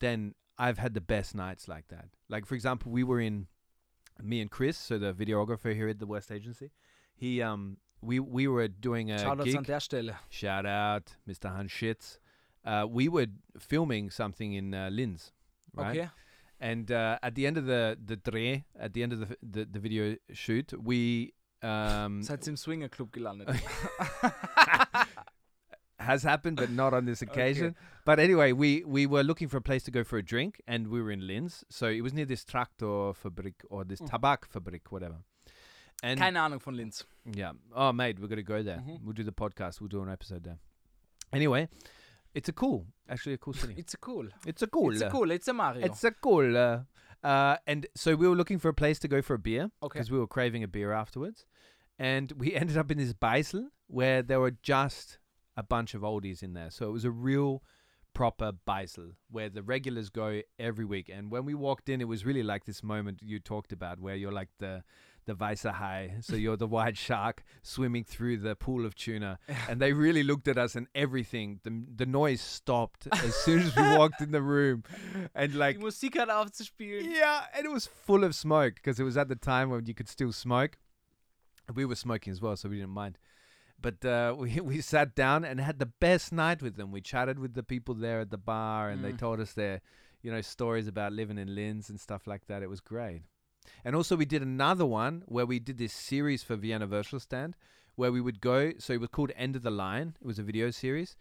A: then I've had the best nights like that. Like for example, we were in me and Chris, so the videographer here at the West Agency. He um we we were doing a
B: Shoutouts
A: gig.
B: an der Stelle.
A: Shout out, Mr. Hans Schitz. Uh, we were filming something in uh, Linz, right?
B: Okay.
A: And uh, at the end of the the dreh, at the end of the the, the video shoot, we
B: <laughs>
A: um,
B: Seid ihr im Swingerclub
A: <laughs>
B: gelandet?
A: has happened, but not on this occasion. But anyway, we we were looking for a place to go for a drink, and we were in Linz, so it was near this tractor fabrik or this
B: Mm.
A: tabak fabrik, whatever. And
B: Keine Ahnung von Linz.
A: Yeah. Oh, mate, we're gonna go there.
B: Mhm.
A: We'll do the podcast. We'll do an episode there. Anyway, it's a cool, actually a cool
B: <laughs>
A: city.
B: It's a cool.
A: it's a cool.
B: It's a
A: uh,
B: cool, it's a Mario.
A: It's a cool. Uh, uh, and so we were looking for a place to go for a beer
B: okay.
A: because we were craving a beer afterwards, and we <laughs> ended up in this Beisel where there were just a bunch of oldies in there. So it was a real proper Beisel where the regulars go every week. And when we walked in, it was really like this moment you talked about where you're like the the Weißer Hai. So you're the white shark swimming through the pool of tuna. And they really looked at us and everything. The, the noise stopped as soon as we walked in the room. And like,
B: Die Musik hat aufzuspielen.
A: yeah, and it was full of smoke because it was at the time when you could still smoke. We were smoking as well, so we didn't mind. But uh, <laughs> we we sat down and had the best night with them. We chatted with the people there at the bar, and they
B: Mm.
A: told us their, you know, stories about living in Linz and stuff like that. It was great. And also we did another one where we did this series for Vienna Virtual Stand, where we would go. So it was called End of the Line. It was a video series,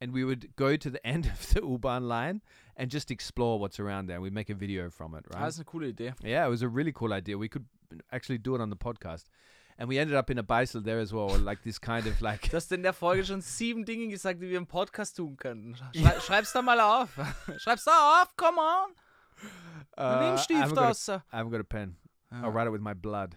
A: and we would go to the <laughs> end of the U-Bahn line and just explore what's around there. We'd make a video from it, right?
B: Ah, Das ist eine coole Idee.
A: Yeah, it was a really cool idea. We could actually do it on the podcast. And we ended up in a bicycle there as well, or like this kind of like
B: <laughs> Du hast in der Folge schon sieben Dinge gesagt, die wir im Podcast tun
A: <laughs>
B: könnten. Schrei Schreib's da mal auf. <laughs> Schreib's da auf, come on. Nimm
A: uh, I, haven't
B: Stift
A: got
B: raus.
A: a, I haven't got a pen.
B: Ja.
A: I'll write it with my blood.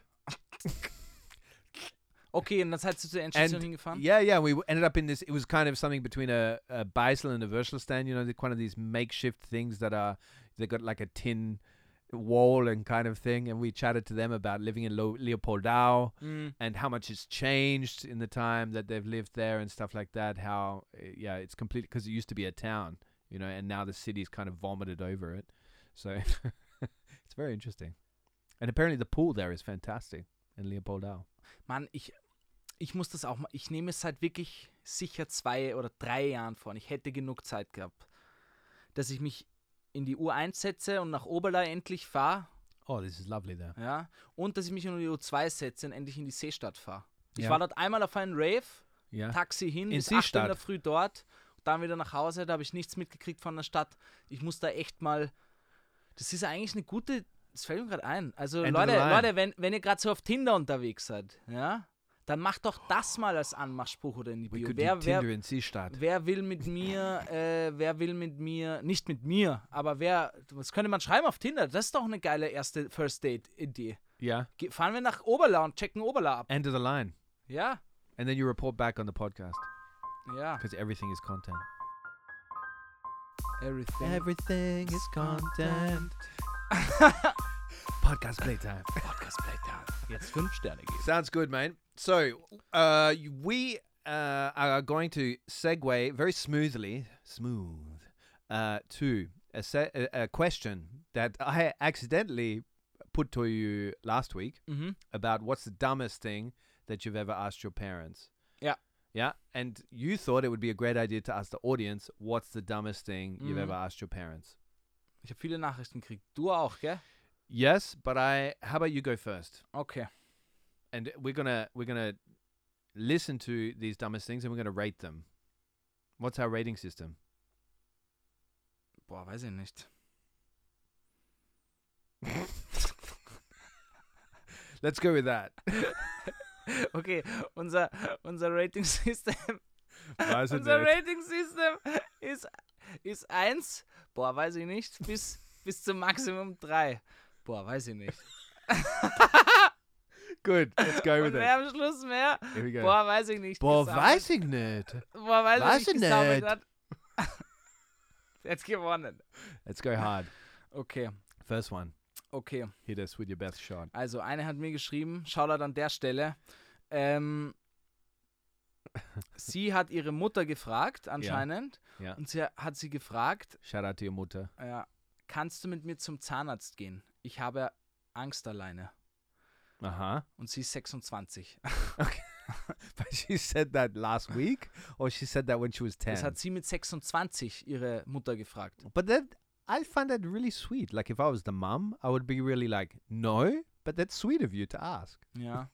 B: Okay, und dann seid ihr zur Endstation
A: And
B: hingefahren?
A: yeah, yeah, we w- ended up in this. It was kind of something between a, a bicycle and a versatile stand. You know, the, one of these makeshift things that are they got like a tin wall and kind of thing. And we chatted to them about living in Lo- Leopoldau.
B: Mm.
A: and how much it's changed in the time that they've lived there and stuff like that. How uh, yeah, it's complete because it used to be a town, you know, and now the city's kind of vomited over it. So <laughs> it's very interesting. And apparently the pool there is fantastic in Leopoldau.
B: Mann, ich, ich muss das auch mal. Ich nehme es seit wirklich sicher zwei oder drei Jahren vor. Und ich hätte genug Zeit gehabt, dass ich mich in die U einsetze und nach Oberla endlich fahre.
A: Oh, this is lovely there.
B: Ja, und dass ich mich in die U2 setze und endlich in die Seestadt fahre. Ich
A: Ja.
B: war dort einmal auf einen Rave,
A: Yeah.
B: Taxi hin,
A: In
B: bis 8 Uhr in
A: Seestadt?
B: der Früh dort, dann wieder nach Hause, da habe ich nichts mitgekriegt von der Stadt. Ich muss da echt mal, das ist eigentlich eine gute, das fällt mir gerade ein. Also
A: End of
B: Leute,
A: the line.
B: Leute, wenn, wenn ihr gerade so auf Tinder unterwegs seid, ja, dann macht doch das mal als Anmachspruch oder in die
A: we
B: Bio.
A: could
B: Wer,
A: do
B: wer,
A: Tinder in Seestadt.
B: Wer will mit mir, äh, wer will mit mir, nicht mit mir, aber wer, was könnte man schreiben auf Tinder? Das ist doch eine geile erste First Date-Idee.
A: Yeah.
B: Ge- Fahren wir nach Oberla und checken Oberla ab.
A: End of the line.
B: Ja,
A: And then you report back on the podcast
B: ja.
A: because everything is content.
B: Everything.
A: Everything is content. podcast playtime.
B: Podcast Playtime. Jetzt fünf Sterne geben.
A: Sounds good, mate. So, uh, y- we uh, are going to segue very smoothly, smooth, uh, to a, se- a, a question that I accidentally put to you last week
B: <laughs> Mhm.
A: about what's the dumbest thing that you've ever asked your parents.
B: Ja.
A: Yeah. And you thought it would be a great idea to ask the audience what's the dumbest thing you've
B: Mhm.
A: ever asked your parents.
B: Ich habe viele Nachrichten gekriegt. Du auch, gell?
A: Yes, but I. How about you go first?
B: Okay.
A: and we're gonna we're gonna listen to these dumbest things and we're gonna rate them. What's our rating <laughs> system?
B: Boah, weiß ich nicht. <laughs>
A: Let's go with that.
B: Okay, unser, unser Rating-System. <laughs>
A: Weiß ich
B: unser
A: nicht.
B: Rating-System ist, ist 1, boah, weiß ich nicht, bis, bis zum Maximum 3. Boah, weiß ich
A: <laughs>
B: nicht.
A: Good. Let's go
B: Und
A: with
B: wer
A: it.
B: am Schluss mehr?
A: Here we go.
B: Boah, weiß ich nicht.
A: Boah,
B: gesammelt-
A: weiß ich nicht.
B: boah, weiß,
A: weiß
B: ich
A: ich
B: nicht. gesammelt
A: nicht.
B: Hat. <laughs> Jetzt gewonnen.
A: Let's go hard.
B: Okay,
A: First one.
B: okay.
A: Hit us with your best shot.
B: Also, eine hat mir geschrieben, Shoutout an der Stelle. Ähm, sie hat ihre Mutter gefragt, anscheinend.
A: Ja.
B: Und sie hat sie gefragt,
A: Shout out to your mutter.
B: äh, kannst du mit mir zum Zahnarzt gehen? Ich habe Angst alleine.
A: Uh huh.
B: Und sie ist 26.
A: <laughs> But she said that last week, or she said that when she was
B: <laughs>
A: ten.
B: Das hat sie mit 26 ihre Mutter gefragt.
A: But that I find that really sweet. Like if I was the mum, I would be really like, no. But that's sweet of you to ask.
B: Ja.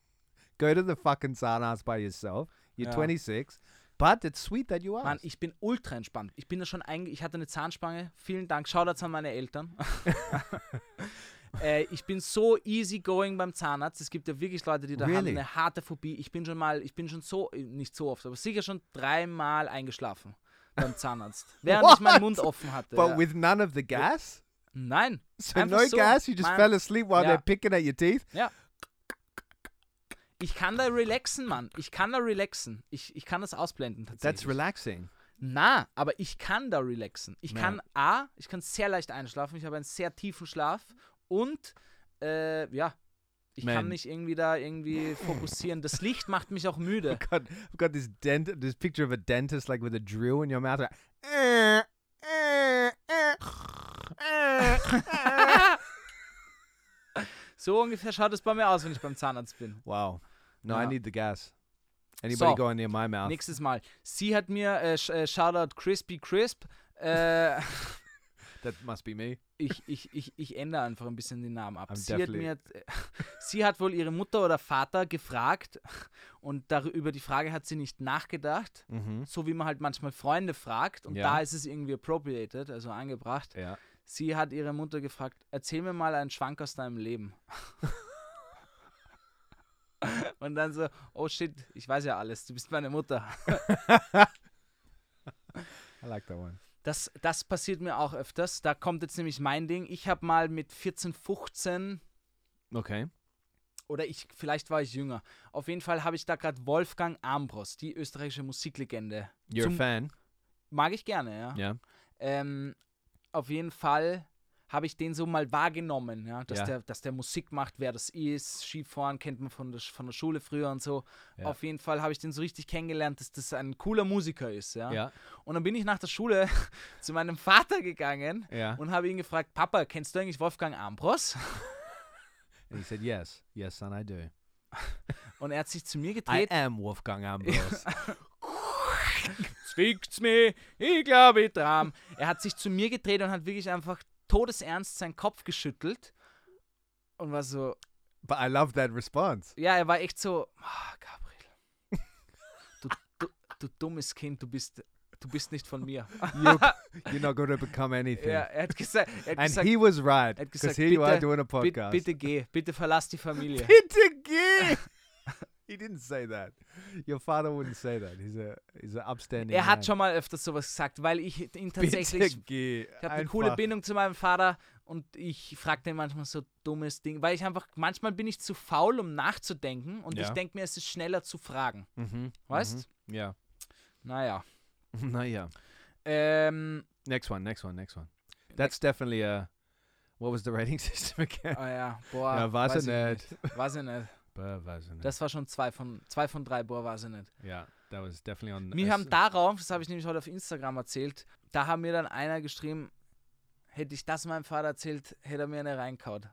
A: Go to the fucking sauna by yourself. You're
B: Yeah.
A: 26, but it's sweet that you are.
B: Mann, ich bin ultra entspannt. Ich bin da schon einge... Ich hatte eine Zahnspange. Vielen Dank. Shoutouts an meine
A: <laughs>
B: Eltern. äh, ich bin so easygoing beim Zahnarzt. Es gibt ja wirklich Leute, die da haben
A: Really?
B: eine harte Phobie. Ich bin schon mal, ich bin schon so, äh, nicht so oft, aber sicher schon dreimal eingeschlafen beim
A: <laughs>
B: Zahnarzt. Während ich meinen
A: What?
B: Mund offen hatte.
A: but
B: ja.
A: with none of the gas,
B: Nein.
A: so
B: einfach
A: no
B: so.
A: gas. You just
B: Mann,
A: fell asleep while
B: yeah.
A: they're picking at your teeth.
B: Ich kann da relaxen, Mann. Ich kann da relaxen. Ich, ich kann das ausblenden tatsächlich.
A: That's relaxing.
B: Na, aber ich kann da relaxen. Ich
A: Ja.
B: kann A, ich kann sehr leicht einschlafen, ich habe einen sehr tiefen Schlaf und äh, ja, Ich
A: Man.
B: kann nicht irgendwie da
A: <laughs>
B: irgendwie fokussieren. Das Licht macht mich auch müde.
A: I've got, I've got this dent, this picture of a dentist like with a drill in your mouth. Like, <laughs> "Eh, eh, eh, eh, eh."
B: So ungefähr schaut es bei mir aus, wenn ich beim Zahnarzt bin.
A: wow. No, I
B: Yeah.
A: need the gas. Anybody
B: So.
A: going near my mouth?
B: Nächstes Mal. Sie hat mir, äh, sh äh, Shoutout Crispy Crisp, äh,
A: That must be me.
B: ich, ich, ich, ich ändere einfach ein bisschen den Namen ab.
A: I'm
B: Sie hat,
A: definitely-
B: mir, <laughs> sie hat wohl ihre Mutter oder Vater gefragt und darüber über die Frage hat sie nicht nachgedacht,
A: Mhm.
B: so wie man halt manchmal Freunde fragt und
A: Ja. Äh.
B: da ist es irgendwie appropriated, also angebracht.
A: Ja.
B: Sie hat ihre Mutter gefragt, erzähl mir mal einen Schwank aus deinem Leben. <laughs> Und dann so, oh shit, ich weiß ja alles, du bist meine Mutter.
A: I like that one.
B: Das, das passiert mir auch öfters. Da kommt jetzt nämlich mein Ding. Ich habe mal mit 14, 15
A: Okay.
B: oder ich, vielleicht war ich jünger. Auf jeden Fall habe ich da gerade Wolfgang Ambros, die österreichische Musiklegende.
A: You're a
B: Zum- Uh,
A: fan.
B: Mag ich gerne, ja.
A: Yeah.
B: Ähm, auf jeden Fall habe ich den so mal wahrgenommen, ja, dass,
A: Ja.
B: Der, dass der Musik macht, wer das ist. Skifahren kennt man von der, Sch- von der Schule früher und so.
A: Ja.
B: Auf jeden Fall habe ich den so richtig kennengelernt, dass das ein cooler Musiker ist, ja.
A: Yeah.
B: Und dann bin ich nach der Schule <laughs> zu meinem Vater gegangen
A: Yeah.
B: und habe ihn gefragt, Papa, kennst du eigentlich Wolfgang Ambros?
A: And he said, yes. Yes, son, I do.
B: Und er hat sich zu mir
A: I
B: gedreht.
A: am Wolfgang Ambros.
B: Zwickt's mir, ich glaube, ich dram. Er hat sich zu mir gedreht und hat wirklich einfach todesernst seinen Kopf geschüttelt und war so,
A: but I love that
B: <laughs>
A: response.
B: ja, er war echt so, ah, Gabriel, du, du, du dummes Kind, du bist, du bist nicht von mir.
A: You're, you're not going to become anything.
B: Ja, er hat gesagt, er hat
A: And
B: gesagt,
A: he was right.
B: er hat
A: Because
B: gesagt
A: here you are
B: bitte,
A: doing a
B: "Bit-
A: podcast.
B: bitte geh, bitte verlass die Familie.
A: Peter Gay. he didn't say that. Your father wouldn't say that. He's a he's an upstanding.
B: Er hat
A: man.
B: schon mal öfters sowas gesagt, weil ich ihn tatsächlich
A: Peter Gay.
B: Ich habe eine coole Bindung zu meinem Vater und ich frage den manchmal so dummes Ding, weil ich einfach, manchmal bin ich zu faul, um nachzudenken und
A: Ja.
B: ich denke mir, es ist schneller zu fragen.
A: Mhm.
B: Weißt?
A: Mhm. Yeah. <laughs>
B: Naja.
A: naja.
B: Ähm,
A: Next one. Next one. Next one. That's definitely a. What was the rating <laughs>
B: <laughs>
A: system again?
B: ah ja, boah.
A: <laughs> ja, war
B: weiß
A: sie
B: ich
A: nicht.
B: War sie
A: <laughs>
B: nicht.
A: Bah, war sie nicht.
B: Das war schon zwei von, zwei von drei, boah, war sie nicht.
A: yeah, that was definitely on.
B: Mir
A: us-
B: haben darauf, das habe ich nämlich heute auf Instagram erzählt, da haben mir dann einer geschrieben, hätte ich das meinem Vater erzählt, hätte er mir eine reinkaut.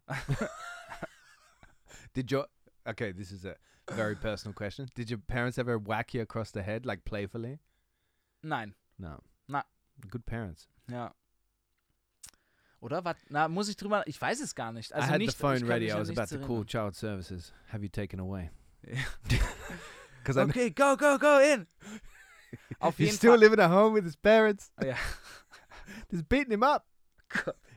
A: Did your okay? This is a very personal question. Did your parents ever whack you across the head like playfully?
B: Nein,
A: No.
B: No.
A: Good parents.
B: ja. Oder? Wat, na, muss ich drüber, ich weiß es gar nicht. Also
A: I had
B: nicht,
A: the phone
B: ich kann
A: ready.
B: mich
A: I
B: an
A: was
B: nichts
A: about to
B: erinnern.
A: call child services. Have you <laughs> taken away?
B: Yeah.
A: Because I'm
B: Okay, go, go, go
A: <laughs>
B: in. Auf jeden
A: he's still
B: Fall.
A: living at home with his parents.
B: Oh,
A: <laughs>
B: yeah.
A: He's beating him up.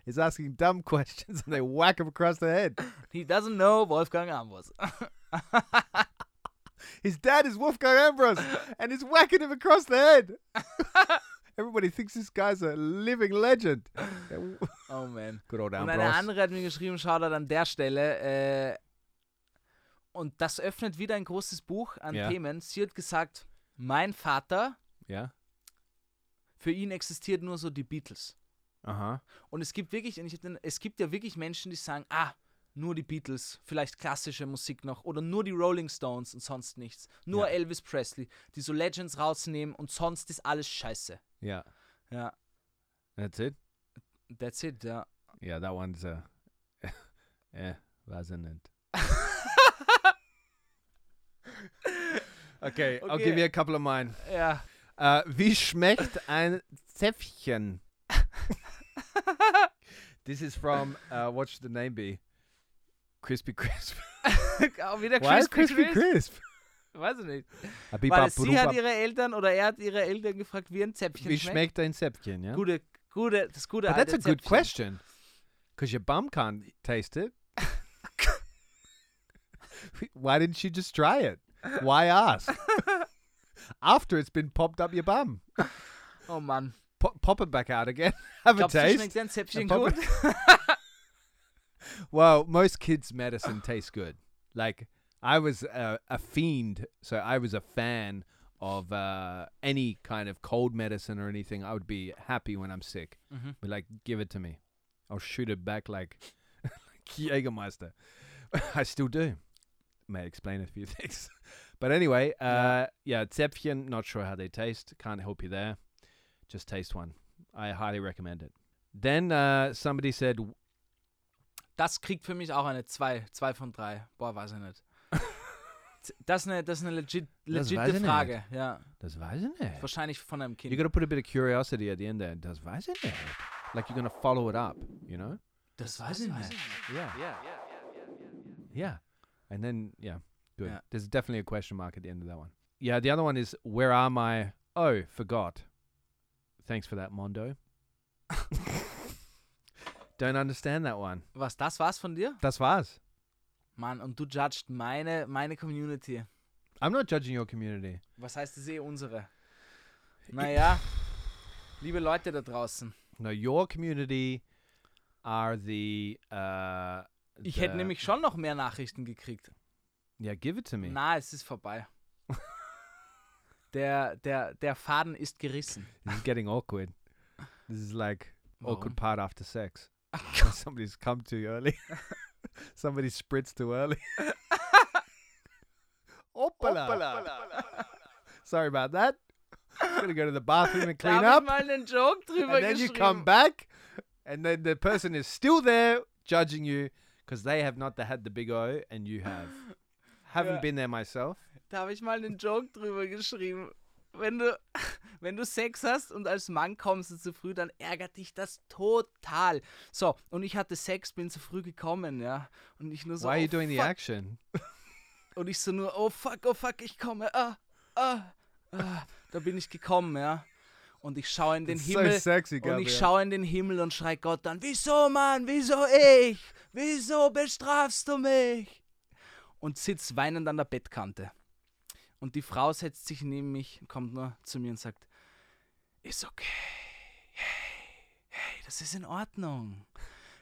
A: He's asking dumb questions <laughs> and they whack him across the head.
B: He doesn't know Wolfgang Ambros. <laughs>
A: His dad is Wolfgang Ambrose and he's whacking him across the head. Everybody thinks this guy's a living legend. <laughs> Good
B: Oh man.
A: old
B: Und eine
A: Ambrose.
B: andere hat mir geschrieben, Shoutout an der Stelle. Äh, und das öffnet wieder ein großes Buch an
A: Ja.
B: Themen. Sie hat gesagt, mein Vater,
A: Yeah.
B: für ihn existiert nur so die Beatles.
A: Uh huh.
B: Und es gibt wirklich, und ich hab den, es gibt ja wirklich Menschen, die sagen, ah, nur die Beatles, vielleicht klassische Musik noch oder nur die Rolling Stones und sonst nichts. Nur
A: Ja.
B: Elvis Presley, die so Legends rausnehmen und sonst ist alles scheiße.
A: Yeah.
B: Ja,
A: That's it.
B: that's it,
A: <laughs>
B: ja.
A: Yeah, that one's <laughs> uh eh, wasn't it? okay, I'll give
B: Okay.
A: you a couple of mine.
B: Ja.
A: Äh, wie schmeckt ein Zäpfchen? <laughs> This is from uh, what should the name be? Crispy <laughs> Crisp.
B: <laughs> Auch wieder
A: Why is
B: Crispy Crisp?
A: Crisp?
B: Weiß ich nicht.
A: A bip
B: Weil
A: bap
B: sie
A: budup
B: hat
A: bap.
B: ihre Eltern oder er hat ihre Eltern gefragt, wie ein Zäpfchen
A: Wie
B: schmeckt.
A: schmeckt ein Zäpfchen? Yeah?
B: Gute, gute, das gute
A: But
B: alte
A: that's a good
B: Zäpfchen.
A: question. Because your bum can't
B: <laughs>
A: taste it. Why didn't you just try it? Why ask?
B: <laughs>
A: After it's been popped up your bum.
B: Oh Mann.
A: Po- pop it back out again. <laughs> Have
B: Glaubst
A: a
B: du,
A: taste.
B: schmeckt ein Zäpfchen
A: Pop
B: gut?
A: it- <laughs> Well, most kids' medicine tastes good. Like I was a, a fiend, so I was a fan of uh, any kind of cold medicine or anything. I would be happy when I'm sick.
B: Mhm.
A: <laughs> Be like, give it to me. I'll shoot it back like, like Jägermeister. <laughs> I still do. May explain a few <laughs> things. But anyway, uh, yeah, Zäpfchen, not sure how they taste. Can't help you there. Just taste one. I highly recommend it. Then uh, somebody said,
B: Das kriegt für mich auch eine 2, 2 von 3. Boah, weiß ich
A: <laughs>
B: nicht. Das ist eine, das ist eine legit,
A: Das
B: legit
A: weiß ich Äh.
B: Frage. Ja,
A: Das weiß ich nicht.
B: wahrscheinlich von einem Kind.
A: You gotta put a bit of curiosity at the end there. Das weiß ich nicht. Like you're gonna follow it up, you know?
B: das weiß ich nicht.
A: Yeah. Yeah. Yeah. And then, yeah, good.
B: Yeah.
A: There's definitely a question mark at the end of that one. Yeah, the other one is where are my. Oh, forgot. Thanks for that, <laughs> Mondo. Don't understand that one.
B: Was, das war's von dir?
A: Das war's.
B: Mann, und du judgst meine, meine Community.
A: I'm not judging your community.
B: Was heißt das eh unsere? Naja, liebe Leute da draußen.
A: No, your community are the. Uh,
B: Ich
A: the-
B: hätte nämlich schon noch mehr Nachrichten gekriegt.
A: Yeah, give it to me.
B: Na, es ist
A: <laughs>
B: vorbei. der, der, der Faden ist gerissen.
A: This is getting awkward. This is like awkward
B: Warum?
A: part
B: <laughs>
A: after sex. When Somebody's come too early. <laughs> Somebody spritz
B: <laughs>
A: too early. Oppala. Sorry about that. I'm gonna go to the
B: <laughs>
A: bathroom and
B: Da
A: clean
B: hab ich
A: up,
B: mal einen Joke drüber
A: and then you
B: geschrieben.
A: come back, and then the person is still there judging you because they have not had the big O and you have.
B: <laughs>
A: Haven't
B: Yeah.
A: been there myself.
B: Da habe ich mal einen Joke drüber geschrieben. Wenn du, <laughs> wenn du Sex hast und als Mann kommst du zu früh, dann ärgert dich das total. So, und ich hatte Sex, bin zu früh gekommen, ja. Und ich nur so.
A: Why are
B: oh,
A: you doing the
B: fuck.
A: action?
B: Und ich so nur, oh fuck, oh fuck, ich komme. Ah, ah, ah. Da bin ich gekommen, ja. Und ich schaue in den
A: It's so
B: Himmel.
A: sexy,
B: und
A: Gabriel.
B: ich schaue in den Himmel und schrei Gott an, wieso Mann, wieso ich? Wieso bestrafst du mich? Und sitz weinend an der Bettkante. Und die Frau setzt sich neben mich, kommt nur zu mir und sagt, ist okay. Hey, hey, das ist in Ordnung.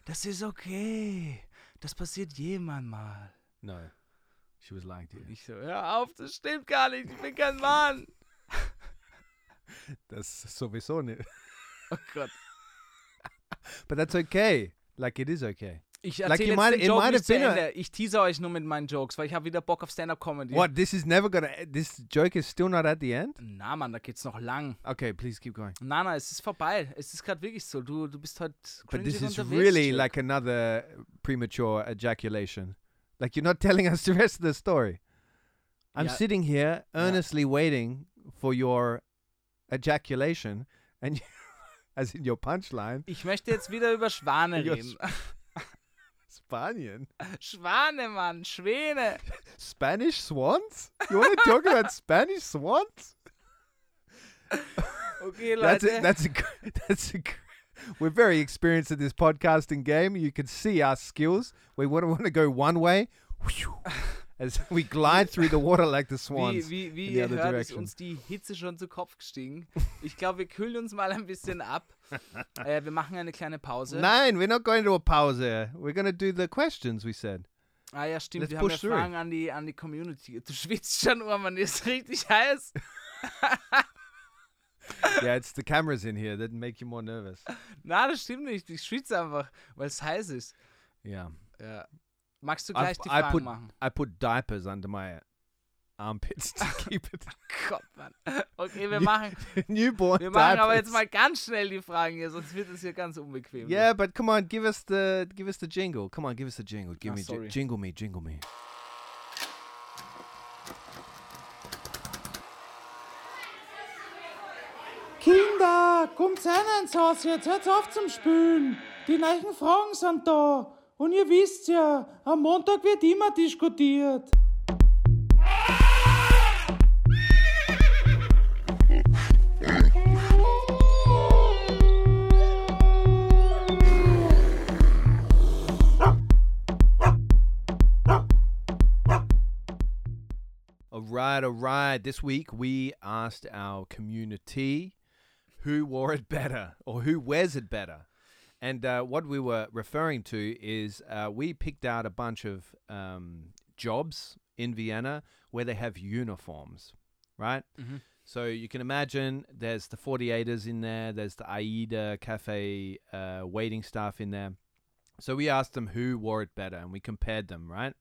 B: Das ist okay. Das passiert jemand mal.
A: No, she was lying to you.
B: Ich so, hör auf, das stimmt gar nicht, ich bin kein Mann.
A: Das sowieso nicht.
B: Oh Gott.
A: <laughs> But that's okay. Like it is okay.
B: Ich
A: Like,
B: erzähle
A: you might-
B: jetzt
A: it
B: den Joke
A: might
B: nicht
A: have
B: zu
A: been a-
B: Ende. Ich teaser euch nur mit meinen Jokes, weil ich habe wieder Bock auf Stand-Up-Comedy.
A: What? This is never gonna. e- This joke is still not at the end.
B: Na, Mann, da geht's noch lang.
A: Okay, please keep going.
B: Na, na, es ist vorbei. Es ist gerade wirklich so. Du, du bist heute
A: But this is
B: unterwegs,
A: really
B: Jack.
A: like another premature ejaculation. Like you're not <laughs> telling us the rest of the story. I'm
B: Yeah.
A: sitting here earnestly waiting for your ejaculation, and <laughs> you, as in your punchline,
B: Ich möchte jetzt wieder über
A: <laughs>
B: Schwane
A: Ja,
B: reden. <laughs>
A: Spanian,
B: Schwane, Mann, Schwäne.
A: Spanish swans. You want to talk
B: <laughs>
A: about Spanish swans?
B: Okay,
A: That's a,
B: Leute.
A: that's a gr- <laughs> that's a. gr- We're very experienced at this podcasting game. You can see our skills. We want to want to go one way, whew, as we glide through the water like the swans.
B: Wie, wie,
A: in
B: wie
A: the
B: ihr
A: other
B: hört, ist
A: direction.
B: uns die Hitze schon zu Kopf gestiegen. Ich glaube, wir kühlen uns mal ein bisschen
A: <laughs>
B: ab. äh, wir machen eine kleine Pause.
A: Nine. We're not going to a pause there. We're going to do the questions we said.
B: Ah ja, stimmt.
A: Let's
B: wir haben ja
A: push through.
B: Fragen an die, an die Community. Du schwitzt schon, oh Mann, ist richtig heiß. <laughs>
A: yeah, it's the cameras in here that make you more nervous.
B: Na, das stimmt nicht. Ich schwitze einfach, weil es heiß ist.
A: Yeah.
B: Ja. Magst du
A: I,
B: gleich die
A: I
B: Fragen
A: put
B: machen?
A: I put diapers under my armpits to <laughs> keep it
B: <laughs> Gott, Mann.
A: <laughs>
B: Okay, wir
A: Ju-
B: machen,
A: newborn.
B: wir machen aber jetzt
A: diapers.
B: mal ganz schnell die Fragen hier, sonst wird es hier ganz unbequem.
A: Yeah, but come on, give us the give us the jingle. Come on, give us the jingle. Give
B: Ah,
A: me ji-
B: sorry.
A: jingle me, jingle me.
D: Kinder, kommt rein ins Haus jetzt, hört auf zum Spülen. Die neuen Fragen sind da. Und ihr wisst ja, am Montag wird immer diskutiert.
A: All right, all right. This week we asked our community who wore it better or who wears it better. And uh, what we were referring to is uh, we picked out a bunch of um, jobs in Vienna where they have uniforms, right? So you can imagine there's the 48ers in there, there's the Aida Cafe uh, waiting staff in there. So we asked them who wore it better and we compared them, right?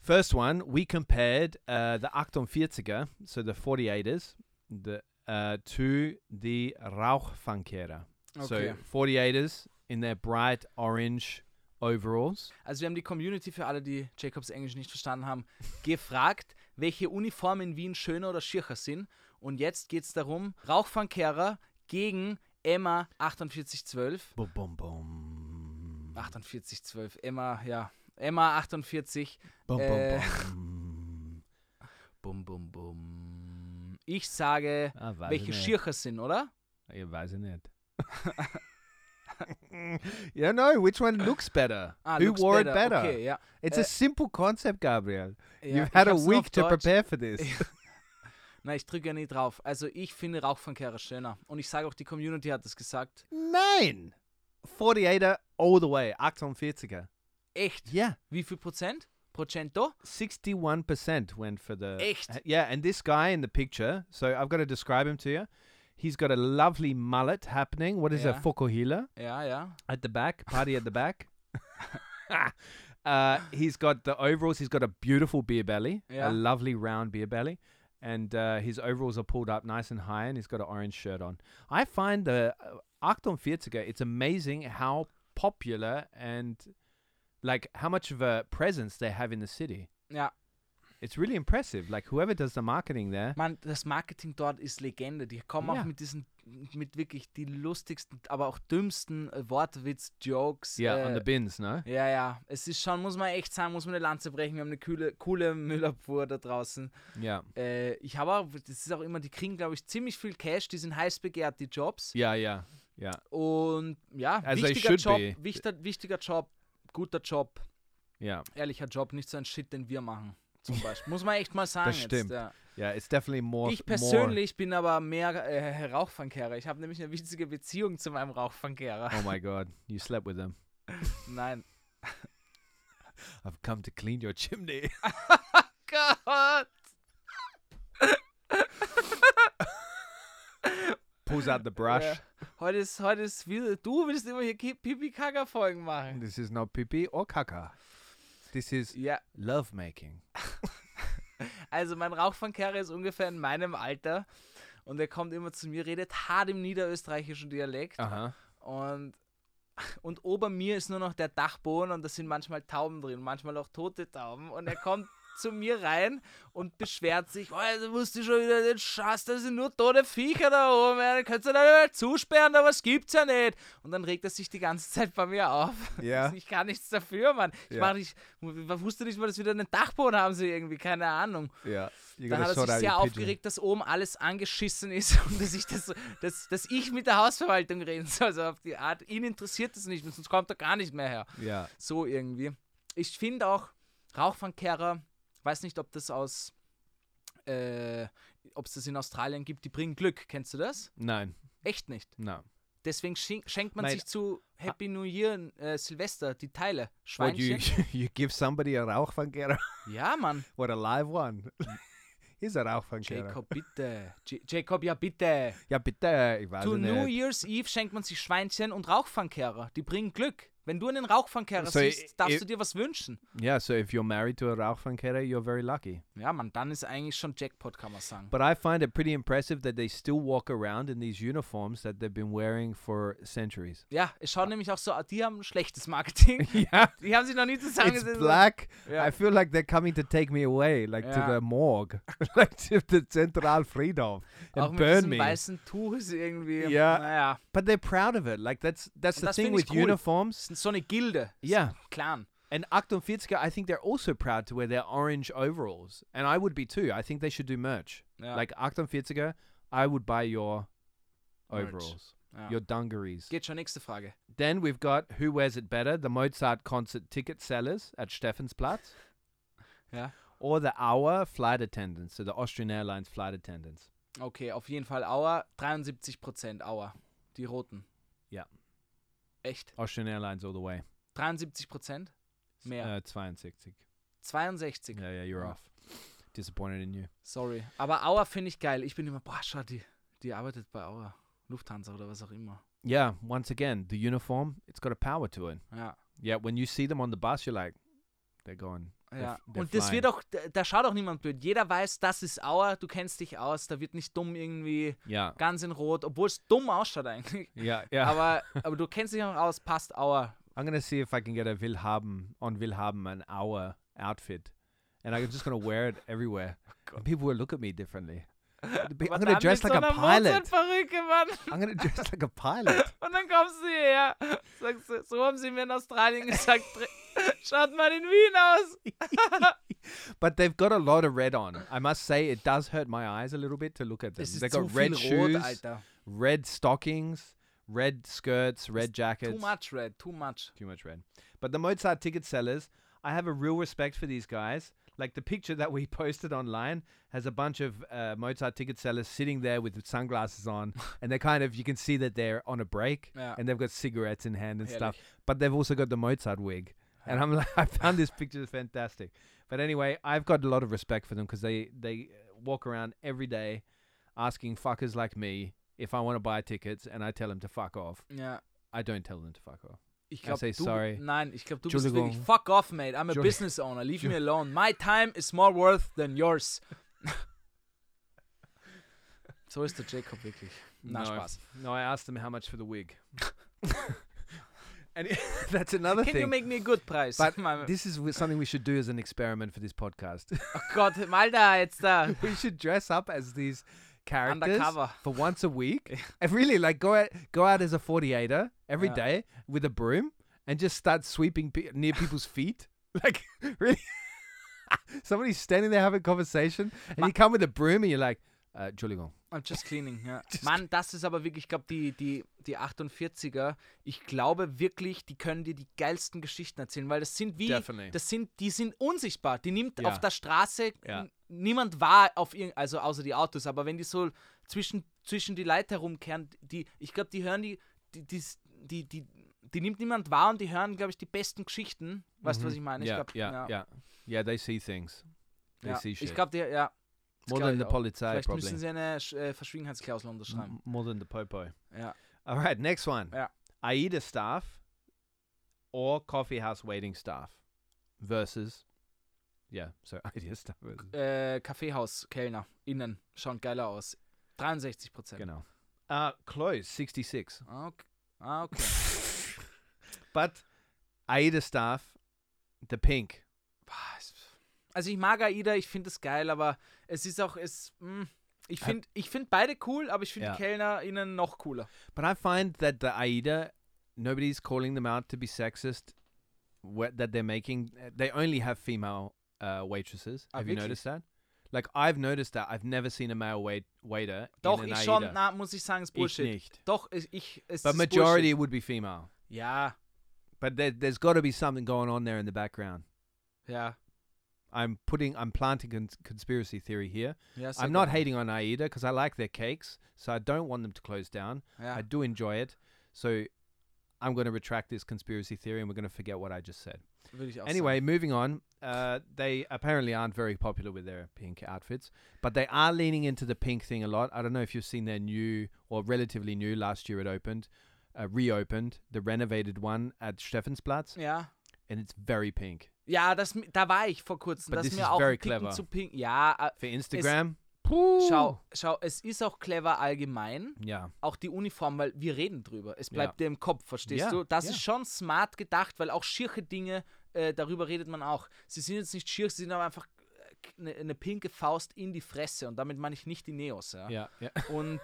A: First one, we compared uh, the 48er, so the 48ers, the, uh, to the Rauchfangkehrer.
B: Okay.
A: So 48ers in their bright orange overalls.
B: Also wir haben die Community für alle, die Jacobs Englisch nicht verstanden haben, gefragt, welche Uniformen in Wien schöner oder schircher sind. Und jetzt geht es darum, Rauchfangkehrer gegen Emma 4812.
A: Bum, bum, bum.
B: 4812, Emma, ja. Emma 48.
A: Bum,
B: Äh.
A: bum.
B: Bum, bum, bum. Ich sage, <laughs>
A: Ah, weiß
B: welche
A: ich nicht.
B: schircher sind, oder?
A: Ich weiß es nicht. <laughs> you know, which one looks better?
B: Ah,
A: Who
B: looks
A: wore it better?
B: Okay, ja.
A: It's
B: Äh,
A: a simple concept, Gabriel.
B: ja.
A: You've
B: Ich
A: had a
B: hab's nur
A: week
B: auf
A: to
B: Deutsch.
A: prepare for this.
B: <laughs> Nein, ich drücke ja nie drauf. Also ich finde Rauchfangkehrer schöner. Und ich sage auch, die Community hat es gesagt.
A: Nein! 48er all the way, 48er.
B: Echt?
A: Yeah.
B: Wie viel Prozent? Procento?
A: 61% went for the. uh,
B: Echt?
A: Yeah, and this guy in the picture, so I've got to describe him to you. He's got a lovely mullet happening. What is
B: Yeah.
A: a focohila?
B: Ja, ja.
A: At the back, party at the back. <laughs> uh, he's got the overalls. He's got a beautiful beer belly,
B: Yeah.
A: a lovely round beer belly. And uh, his overalls are pulled up nice and high, and he's got an orange shirt on. I find the uh, 48 it's amazing how popular and like how much of a presence they have in the city.
B: Ja.
A: It's really impressive. Like whoever does the marketing there.
B: Man, das Marketing dort ist Legende. Die kommen
A: Ja.
B: auch mit diesen, mit wirklich die lustigsten, aber auch dümmsten äh, Wortwitz-Jokes.
A: Yeah,
B: äh,
A: on the bins, no?
B: Ja, ja. Es ist schon, muss man echt sagen, muss man eine Lanze brechen. Wir haben eine coole, coole Müllabfuhr da draußen.
A: Yeah.
B: Äh, ich habe auch, das ist auch immer, die kriegen, glaube ich, ziemlich viel Cash. Die sind heiß begehrt, die Jobs.
A: Yeah, yeah, yeah.
B: Und ja,
A: As they
B: wichtiger
A: Also, should
B: Job,
A: be.
B: wichter, wichtiger Job, guter Job,
A: Yeah.
B: ehrlicher Job, nicht so ein Shit, den wir machen. Zum Beispiel. Muss man echt mal sagen.
A: stimmt.
B: Jetzt, ja.
A: Yeah, it's definitely more
B: Ich
A: more-
B: persönlich bin aber mehr äh, Rauchfangkehrer. Ich habe nämlich eine witzige Beziehung zu meinem Rauchfangkehrer.
A: <laughs> Oh my god, you slept with them.
B: Nein.
A: I've come to clean your chimney.
B: Gott!
A: <laughs> Pulls <laughs> out the brush.
B: Ja. Heute ist, heute ist, wie, du willst immer hier pipi kaga folgen machen.
A: This is not pipi or caca. This is
B: Ja,
A: love making.
B: also mein Rauchfangkehrer ist ungefähr in meinem Alter und er kommt immer zu mir, redet hart im niederösterreichischen Dialekt
A: Uh <laughs> huh.
B: und und ober mir ist nur noch der Dachboden und da sind manchmal Tauben drin, manchmal auch tote Tauben. Und er
A: <laughs>
B: kommt zu mir rein und beschwert sich, oh, du musst du schon wieder den Scheiß, da sind nur tote Viecher da oben, ja, da könntest du da mal zusperren, aber es gibt's ja nicht. Und dann regt er sich die ganze Zeit bei mir auf.
A: Ja. <laughs>
B: Also <laughs> Ich kann nichts dafür, Mann. Ich
A: Ja.
B: mach nicht, wusste nicht mal, dass wir da einen Dachboden haben, sie irgendwie, keine Ahnung.
A: Yeah. You
B: Dann
A: gotta
B: hat er
A: sort
B: sich
A: out
B: sehr
A: your pigeon.
B: aufgeregt, dass oben alles angeschissen ist <laughs> und dass ich, das, dass, dass ich mit der Hausverwaltung reden soll. Also auf die Art, ihn interessiert das nicht, sonst kommt er gar nicht mehr her.
A: Yeah.
B: So irgendwie. Ich finde auch Rauchfangkehrer, weiß nicht, ob das aus, äh, ob es das in Australien gibt, die bringen Glück. Kennst du das?
A: No,
B: Echt nicht.
A: no.
B: Deswegen schen- schenkt man
A: Mate,
B: sich zu Happy New Year, äh, Silvester, die Teile.
A: What you
B: Schweinchen.
A: <laughs> you give somebody a Rauchfangera?
B: Ja, Mann.
A: <laughs> What a live one. <laughs> He's a Rauchfangera.
B: Jacob, bitte. J Jacob, ja, bitte.
A: Ja, bitte. Ich weiß
B: To New
A: nicht.
B: Year's Eve schenkt man sich Schweinchen und Rauchfangkehrer. Die bringen Glück. Wenn du einen Rauchfangkehrer
A: So, i-
B: siehst, darfst
A: i-
B: du dir was wünschen.
A: Yeah, so if you're married to a Rauchfangera, you're very lucky.
B: Ja, Mann, dann ist eigentlich schon Jackpot, kann man sagen.
A: But I find it pretty impressive that they still walk around in these uniforms that they've been wearing for centuries. <laughs>
B: Ja, es schaut nämlich auch so, ah, die haben schlechtes Marketing.
A: Yeah.
B: Die haben sich noch nie
A: it's
B: zusammengesetzt.
A: black.
B: Yeah.
A: I feel like they're coming to take me away, like
B: Yeah.
A: to the morgue, <laughs> like to the Central Friedhof,
B: Auch
A: and
B: mit
A: burn
B: diesem
A: me.
B: weißen Tuch ist irgendwie.
A: Ja.
B: Naja,
A: But they're proud of it. Like that's that's
B: Und
A: the
B: das
A: thing
B: find ich
A: with
B: cool.
A: uniforms.
B: es ist so eine Gilde. Es ist
A: Yeah.
B: ein Clan.
A: And Acton Fitzka, I think they're also proud to wear their orange overalls, and I would be too. I think they should do merch.
B: Ja.
A: Like Acton Fitzka, I would buy your
B: Merch.
A: overalls,
B: Ja.
A: your dungarees.
B: Geht schon, nächste Frage.
A: Then we've got who wears it better: the Mozart concert ticket sellers at Steffensplatz.
B: Ja.
A: or the hour flight attendants, so the Austrian Airlines flight attendants.
B: Okay, auf jeden Fall Auer. 73% Auer. Die Roten.
A: Ja.
B: Echt?
A: Austrian Airlines all the way.
B: 73%? Mehr.
A: Uh, 62.
B: 62.
A: Yeah, yeah, you're
B: Yeah.
A: off. Disappointed in you.
B: Sorry. Aber Auer finde ich geil. Ich bin immer, boah, schau, die, die arbeitet bei Auer. Lufthansa oder was auch immer.
A: Yeah, once again, the uniform, it's got a power to it.
B: Ja.
A: Yeah, when you see them on the bus, you're like, they're going. They're
B: Ja.
A: f- they're
B: und das
A: flying.
B: wird auch, da da schaut auch niemand blöd. Jeder weiß, das ist Auer, du kennst dich aus, da wird nicht dumm irgendwie
A: Yeah,
B: ganz in Rot, obwohl es dumm ausschaut eigentlich.
A: yeah, yeah.
B: Aber, aber du kennst dich auch aus, passt Auer.
A: <laughs> I'm gonna see if I can get a Wilhaben on Wilhaben an hour outfit, and I'm just gonna wear it
B: <laughs>
A: everywhere.
B: Oh
A: and people will look at me differently. Be- I'm gonna dress like a pilot.
B: Verrücke, Mann.
A: I'm gonna dress like a pilot.
B: Und dann kommst du hierher. Sagst, du, so haben sie mir in Australien gesagt, dr- schaut mal in Wien aus.
A: But they've got a lot of red on. I must say, it does hurt my eyes a little bit to look at them.
B: Es ist
A: They've
B: zu
A: got
B: viel
A: red
B: Rot,
A: shoes,
B: Alter.
A: red stockings, red skirts, red jackets.
B: Too much red, too much.
A: Too much red. But the Mozart ticket sellers, I have a real respect for these guys. Like the picture <laughs> that we posted online has a bunch of uh, Mozart ticket sellers sitting there with sunglasses on, and they're kind of you can see that they're on a break
B: Yeah.
A: and they've got cigarettes in hand and stuff.
B: Herrlich.
A: But they've also got the Mozart wig, and I'm like, <laughs> I found this picture fantastic. But anyway, I've got a lot of respect for them because they they uh, walk around every day asking fuckers like me if I want to buy tickets, and I tell them to fuck off.
B: Ja.
A: I don't tell them to fuck off.
B: Ich
A: I
B: glaube,
A: say
B: du,
A: sorry.
B: nein, ich glaube, du bist
A: Entschuldigung.
B: wirklich, fuck off, mate. I'm a
A: Entschuldigung.
B: business owner. Leave me alone. My time is more worth than
A: <laughs>
B: yours. so ist der Jacob wirklich. Na,
A: No.
B: Spaß.
A: No, I asked them how much for the wig. <laughs> and <laughs> it- that's another
B: Can you
A: thing.
B: make me a good price? <laughs>
A: But
B: Mal-
A: this is w- something we should do as an experiment for this podcast. <laughs>
B: oh Gott, Malda, jetzt da.
A: we should dress up as these characters
B: Undercover.
A: for once a <laughs> week. and really, like, go out, go out as a 48er every
B: Yeah.
A: day with a broom and just start sweeping pe- near people's feet. <laughs> Like, really? <laughs> Somebody's standing there having a conversation, and you come with a broom and you're like, uh, Entschuldigung.
B: I'm just cleaning,
A: <laughs>
B: ja. Mann, das ist aber wirklich, ich glaube, die, die, die 48er, ich glaube wirklich, die können dir die geilsten Geschichten erzählen, weil das sind wie,
A: Definitely.
B: das sind, die sind unsichtbar. Die nimmt
A: Ja.
B: auf der Straße
A: Ja.
B: n- niemand wahr, auf irgend, also außer die Autos, aber wenn die so zwischen, zwischen die Leute herumkehren, die, ich glaube, die hören die, die, die, die, die, die nimmt niemand wahr und die hören, glaube ich, die besten Geschichten. Weißt du, was ich meine?
A: Mm-hmm. yeah,
B: ich glaube,
A: yeah, yeah. Yeah, they see things. They see shit.
B: Ich glaube, die, ja. Das glaub
A: More than
B: ich
A: the
B: auch.
A: Polizei,
B: Vielleicht
A: probably.
B: müssen sie eine Sch- äh, Verschwiegenheitsklausel unterschreiben.
A: M- more than the Popo.
B: Ja.
A: All right, next one.
B: Yeah.
A: AIDA staff or coffee house waiting staff versus. Yeah, so <laughs> AIDA staff. Versus,
B: äh, Kaffeehaus, Kellner, innen, schauen geiler aus. 63 Prozent.
A: genau. Uh, close, 66.
B: Ah, okay. Ah, okay.
A: <laughs> But AIDA staff, the pink.
B: Boah, es- Also ich mag AIDA, ich finde es geil, aber es ist auch, es, mh, ich
A: Hat-
B: finde ich find beide cool, aber ich finde
A: Ja.
B: die Kellner innen noch cooler.
A: But I find that the AIDA, nobody's calling them out to be sexist. What that they're making, they only have female uh, waitresses.
B: Ah,
A: Have you
B: wirklich?
A: noticed that? Like I've noticed that. I've never seen a male wait waiter.
B: Doch,
A: in an
B: ich
A: AIDA.
B: schon, na, muss ich sagen, ist
A: Ich
B: Bullshit.
A: nicht.
B: Doch, ich, ich es
A: But
B: ist
A: majority
B: Bullshit.
A: would be female.
B: Ja,
A: But there, there's got to be something going on there in the background.
B: ja.
A: I'm putting, I'm planting a conspiracy theory here.
B: ja sehr
A: I'm not
B: gut.
A: hating on Aida because I like their cakes, so I don't want them to close down.
B: Ja.
A: I do enjoy it, so I'm going to retract this conspiracy theory and we're going to forget what I just said.
B: Würde ich auch
A: Anyway, moving on. Uh, they apparently aren't very popular with their pink outfits, but they are leaning into the pink thing a lot. I don't know if you've seen their new or relatively new last year it opened, uh, reopened the renovated one at Steffensplatz,
B: sagen. Ja.
A: and it's very pink
B: Ja, das, mi- da war ich vor kurzem.
A: But
B: das
A: this
B: mir
A: is
B: auch
A: very
B: ein Ticken
A: clever.
B: zu pink. Ja, äh,
A: for Instagram.
B: schau, schau, es ist auch clever allgemein.
A: Yeah,
B: auch die Uniform, weil wir reden drüber. Es bleibt dir im Kopf, verstehst
A: Ja,
B: du? Das
A: ja.
B: ist schon smart gedacht, weil auch schirche Dinge, äh, darüber redet man auch. Sie sind jetzt nicht schier, sie sind aber einfach eine ne pinke Faust in die Fresse und damit meine ich nicht die Neos. Ja?
A: yeah, yeah.
B: Und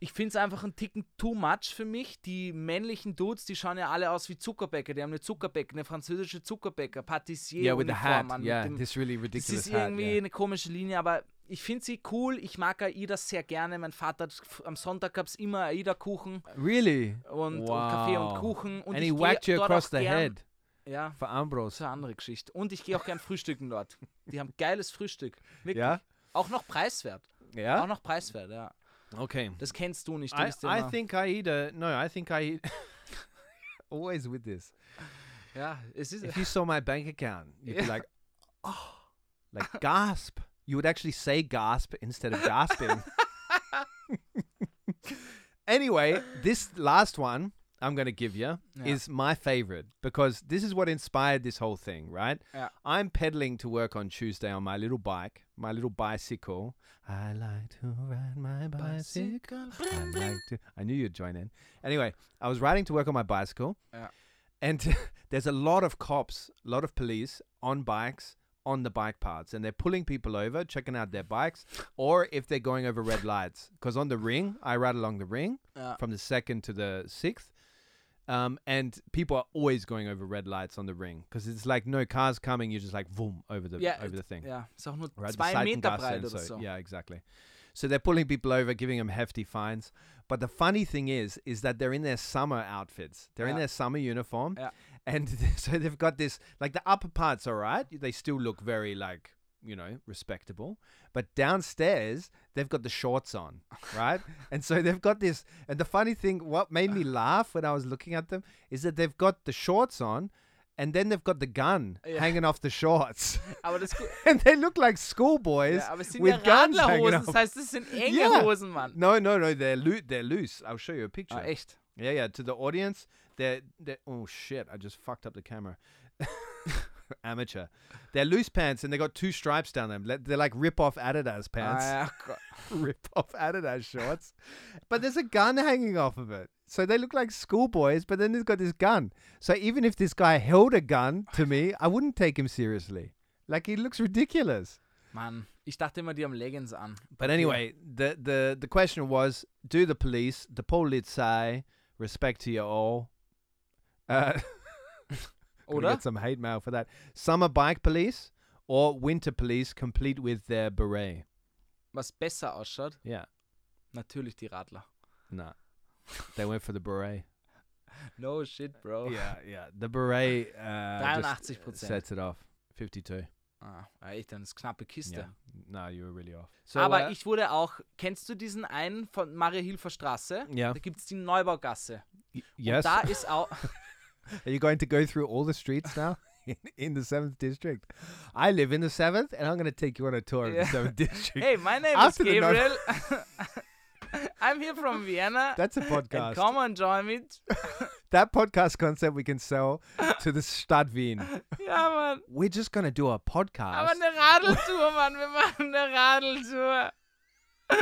B: ich finde es einfach einen Ticken too much für mich. Die männlichen Dudes, die schauen ja alle aus wie Zuckerbäcker. Die haben eine Zuckerbäcker, eine französische Zuckerbäcker, Patissier.
A: Yeah, with the
B: Uniform
A: hat.
B: an, mit
A: yeah,
B: dem-
A: this really
B: das
A: ridiculous
B: ist
A: hat.
B: irgendwie
A: Yeah.
B: eine komische Linie, aber ich finde sie cool. Ich mag AIDA sehr gerne. Mein Vater hat f- am Sonntag gab es immer AIDA-Kuchen
A: Really?
B: und, und Kaffee und
A: Wow.
B: Kuchen. Und
A: and
B: ich
A: he
B: geh
A: whacked you
B: dort
A: across
B: auch
A: the
B: gern,
A: head
B: Ja,
A: for
B: das
A: Ambros.
B: ist eine andere Geschichte. Und ich gehe auch gern frühstücken dort. Die haben geiles Frühstück. Wirklich.
A: Ja?
B: Auch noch preiswert. Auch
A: Yeah.
B: noch preiswert, ja.
A: Okay.
B: Das kennst du nicht. Du
A: I,
B: bist
A: I
B: immer-
A: think I eat a no. I think I eat <laughs> always with this.
B: ja, es ist.
A: If you saw my bank account, you'd be
B: Yeah.
A: like, oh, like gasp. You would actually say gasp instead of gasping. Anyway, this last one I'm going to give you is my favorite because this is what inspired this whole thing, right?
B: Yeah.
A: I'm pedaling to work on Tuesday on my little bike, my little bicycle. I like to ride my bicycle. I like to. I knew you'd join in. Anyway, I was riding to work on my bicycle,
B: Yeah.
A: and <laughs> there's a lot of cops, a lot of police on bikes on the bike paths, and they're pulling people over, checking out their bikes, or if they're going over red lights. Because on the ring, I ride along the ring
B: Yeah.
A: from the second to the sixth. Um, and people are always going over red lights on the ring because it's like no cars coming. You're just like boom over the
B: <laughs> Ja,
A: over the thing.
B: Ja, ist auch nur
A: Right, the
B: zwei Meter
A: Seitengasse
B: breit
A: and
B: oder so.
A: Yeah, exactly. So they're pulling people over, giving them hefty fines. But the funny thing is, is that they're in their summer outfits. They're in
B: Yeah.
A: their summer uniform,
B: Yeah.
A: and <laughs> so they've got this. Like the upper parts, all right. They still look very like you know respectable, but downstairs they've got the shorts
B: <laughs>
A: on, right? and so they've got this. And the funny thing, what made
B: <laughs>
A: me laugh when I was looking at them, is that they've got the shorts on. And then they've got the gun
B: Yeah.
A: hanging off
B: <laughs>
A: the shorts.
B: Aber das
A: <laughs>
B: gu-
A: and they look like schoolboys
B: ja, aber es sind ja
A: with genau. guns hanging
B: Radlerhosen,
A: off.
B: das heißt, es sind enge
A: Yeah.
B: Hosen, Mann.
A: No, no, no. They're loo- they're loose. I'll show you a picture.
B: Ah, echt.
A: Yeah, yeah. To the audience, they're, they're oh shit! I just fucked up the camera. <laughs> Amateur. They're loose pants and they got two stripes down them. Like- They're like rip off Adidas pants, <laughs>
B: Ah, ja, Gott.
A: rip off Adidas shorts. But there's a gun hanging off of it. So they look like schoolboys, but then they've got this gun. So even if this guy held a gun to me, I wouldn't take him seriously. Like he looks ridiculous.
B: Mann, ich dachte immer, die haben Leggings an.
A: But anyway, the, the the question was: Do the police, the polizei, respect to you all? Uh, <laughs> gonna
B: Oder?
A: get some hate mail for that. Summer bike police or winter police, complete with their beret.
B: Was besser ausschaut,
A: Yeah,
B: natürlich die Radler.
A: nah, they went for the beret.
B: No shit, bro.
A: Yeah, yeah, the beret uh, just
B: 83 Prozent.
A: sets it off. Fifty-two.
B: Ah, echt, dann ist knappe Kiste.
A: Yeah, no, you were really off. So,
B: Aber
A: uh,
B: ich wurde auch, kennst du diesen einen von Mariahilfer Straße?
A: Ja.
B: Da gibt es die Neubaugasse.
A: y-
B: Und
A: yes,
B: da ist auch,
A: Are you going to go through all the
B: <laughs>
A: streets now <laughs> in, in the seventh district? I live in the seventh, and I'm going to take you on a tour of
B: Yeah.
A: the
B: <laughs>
A: seventh district.
B: hey, my name
A: After the
B: is
A: Neu-
B: Gabriel. <laughs> I'm here from Vienna.
A: That's a
B: and
A: podcast.
B: come and join me.
A: that podcast concept we
B: <laughs>
A: can sell to the Stadt Wien.
B: Ja, Mann.
A: We're just going to do a
B: Aber
A: podcast.
B: eine Radeltour, Mann. Wir machen eine Radeltour. <laughs>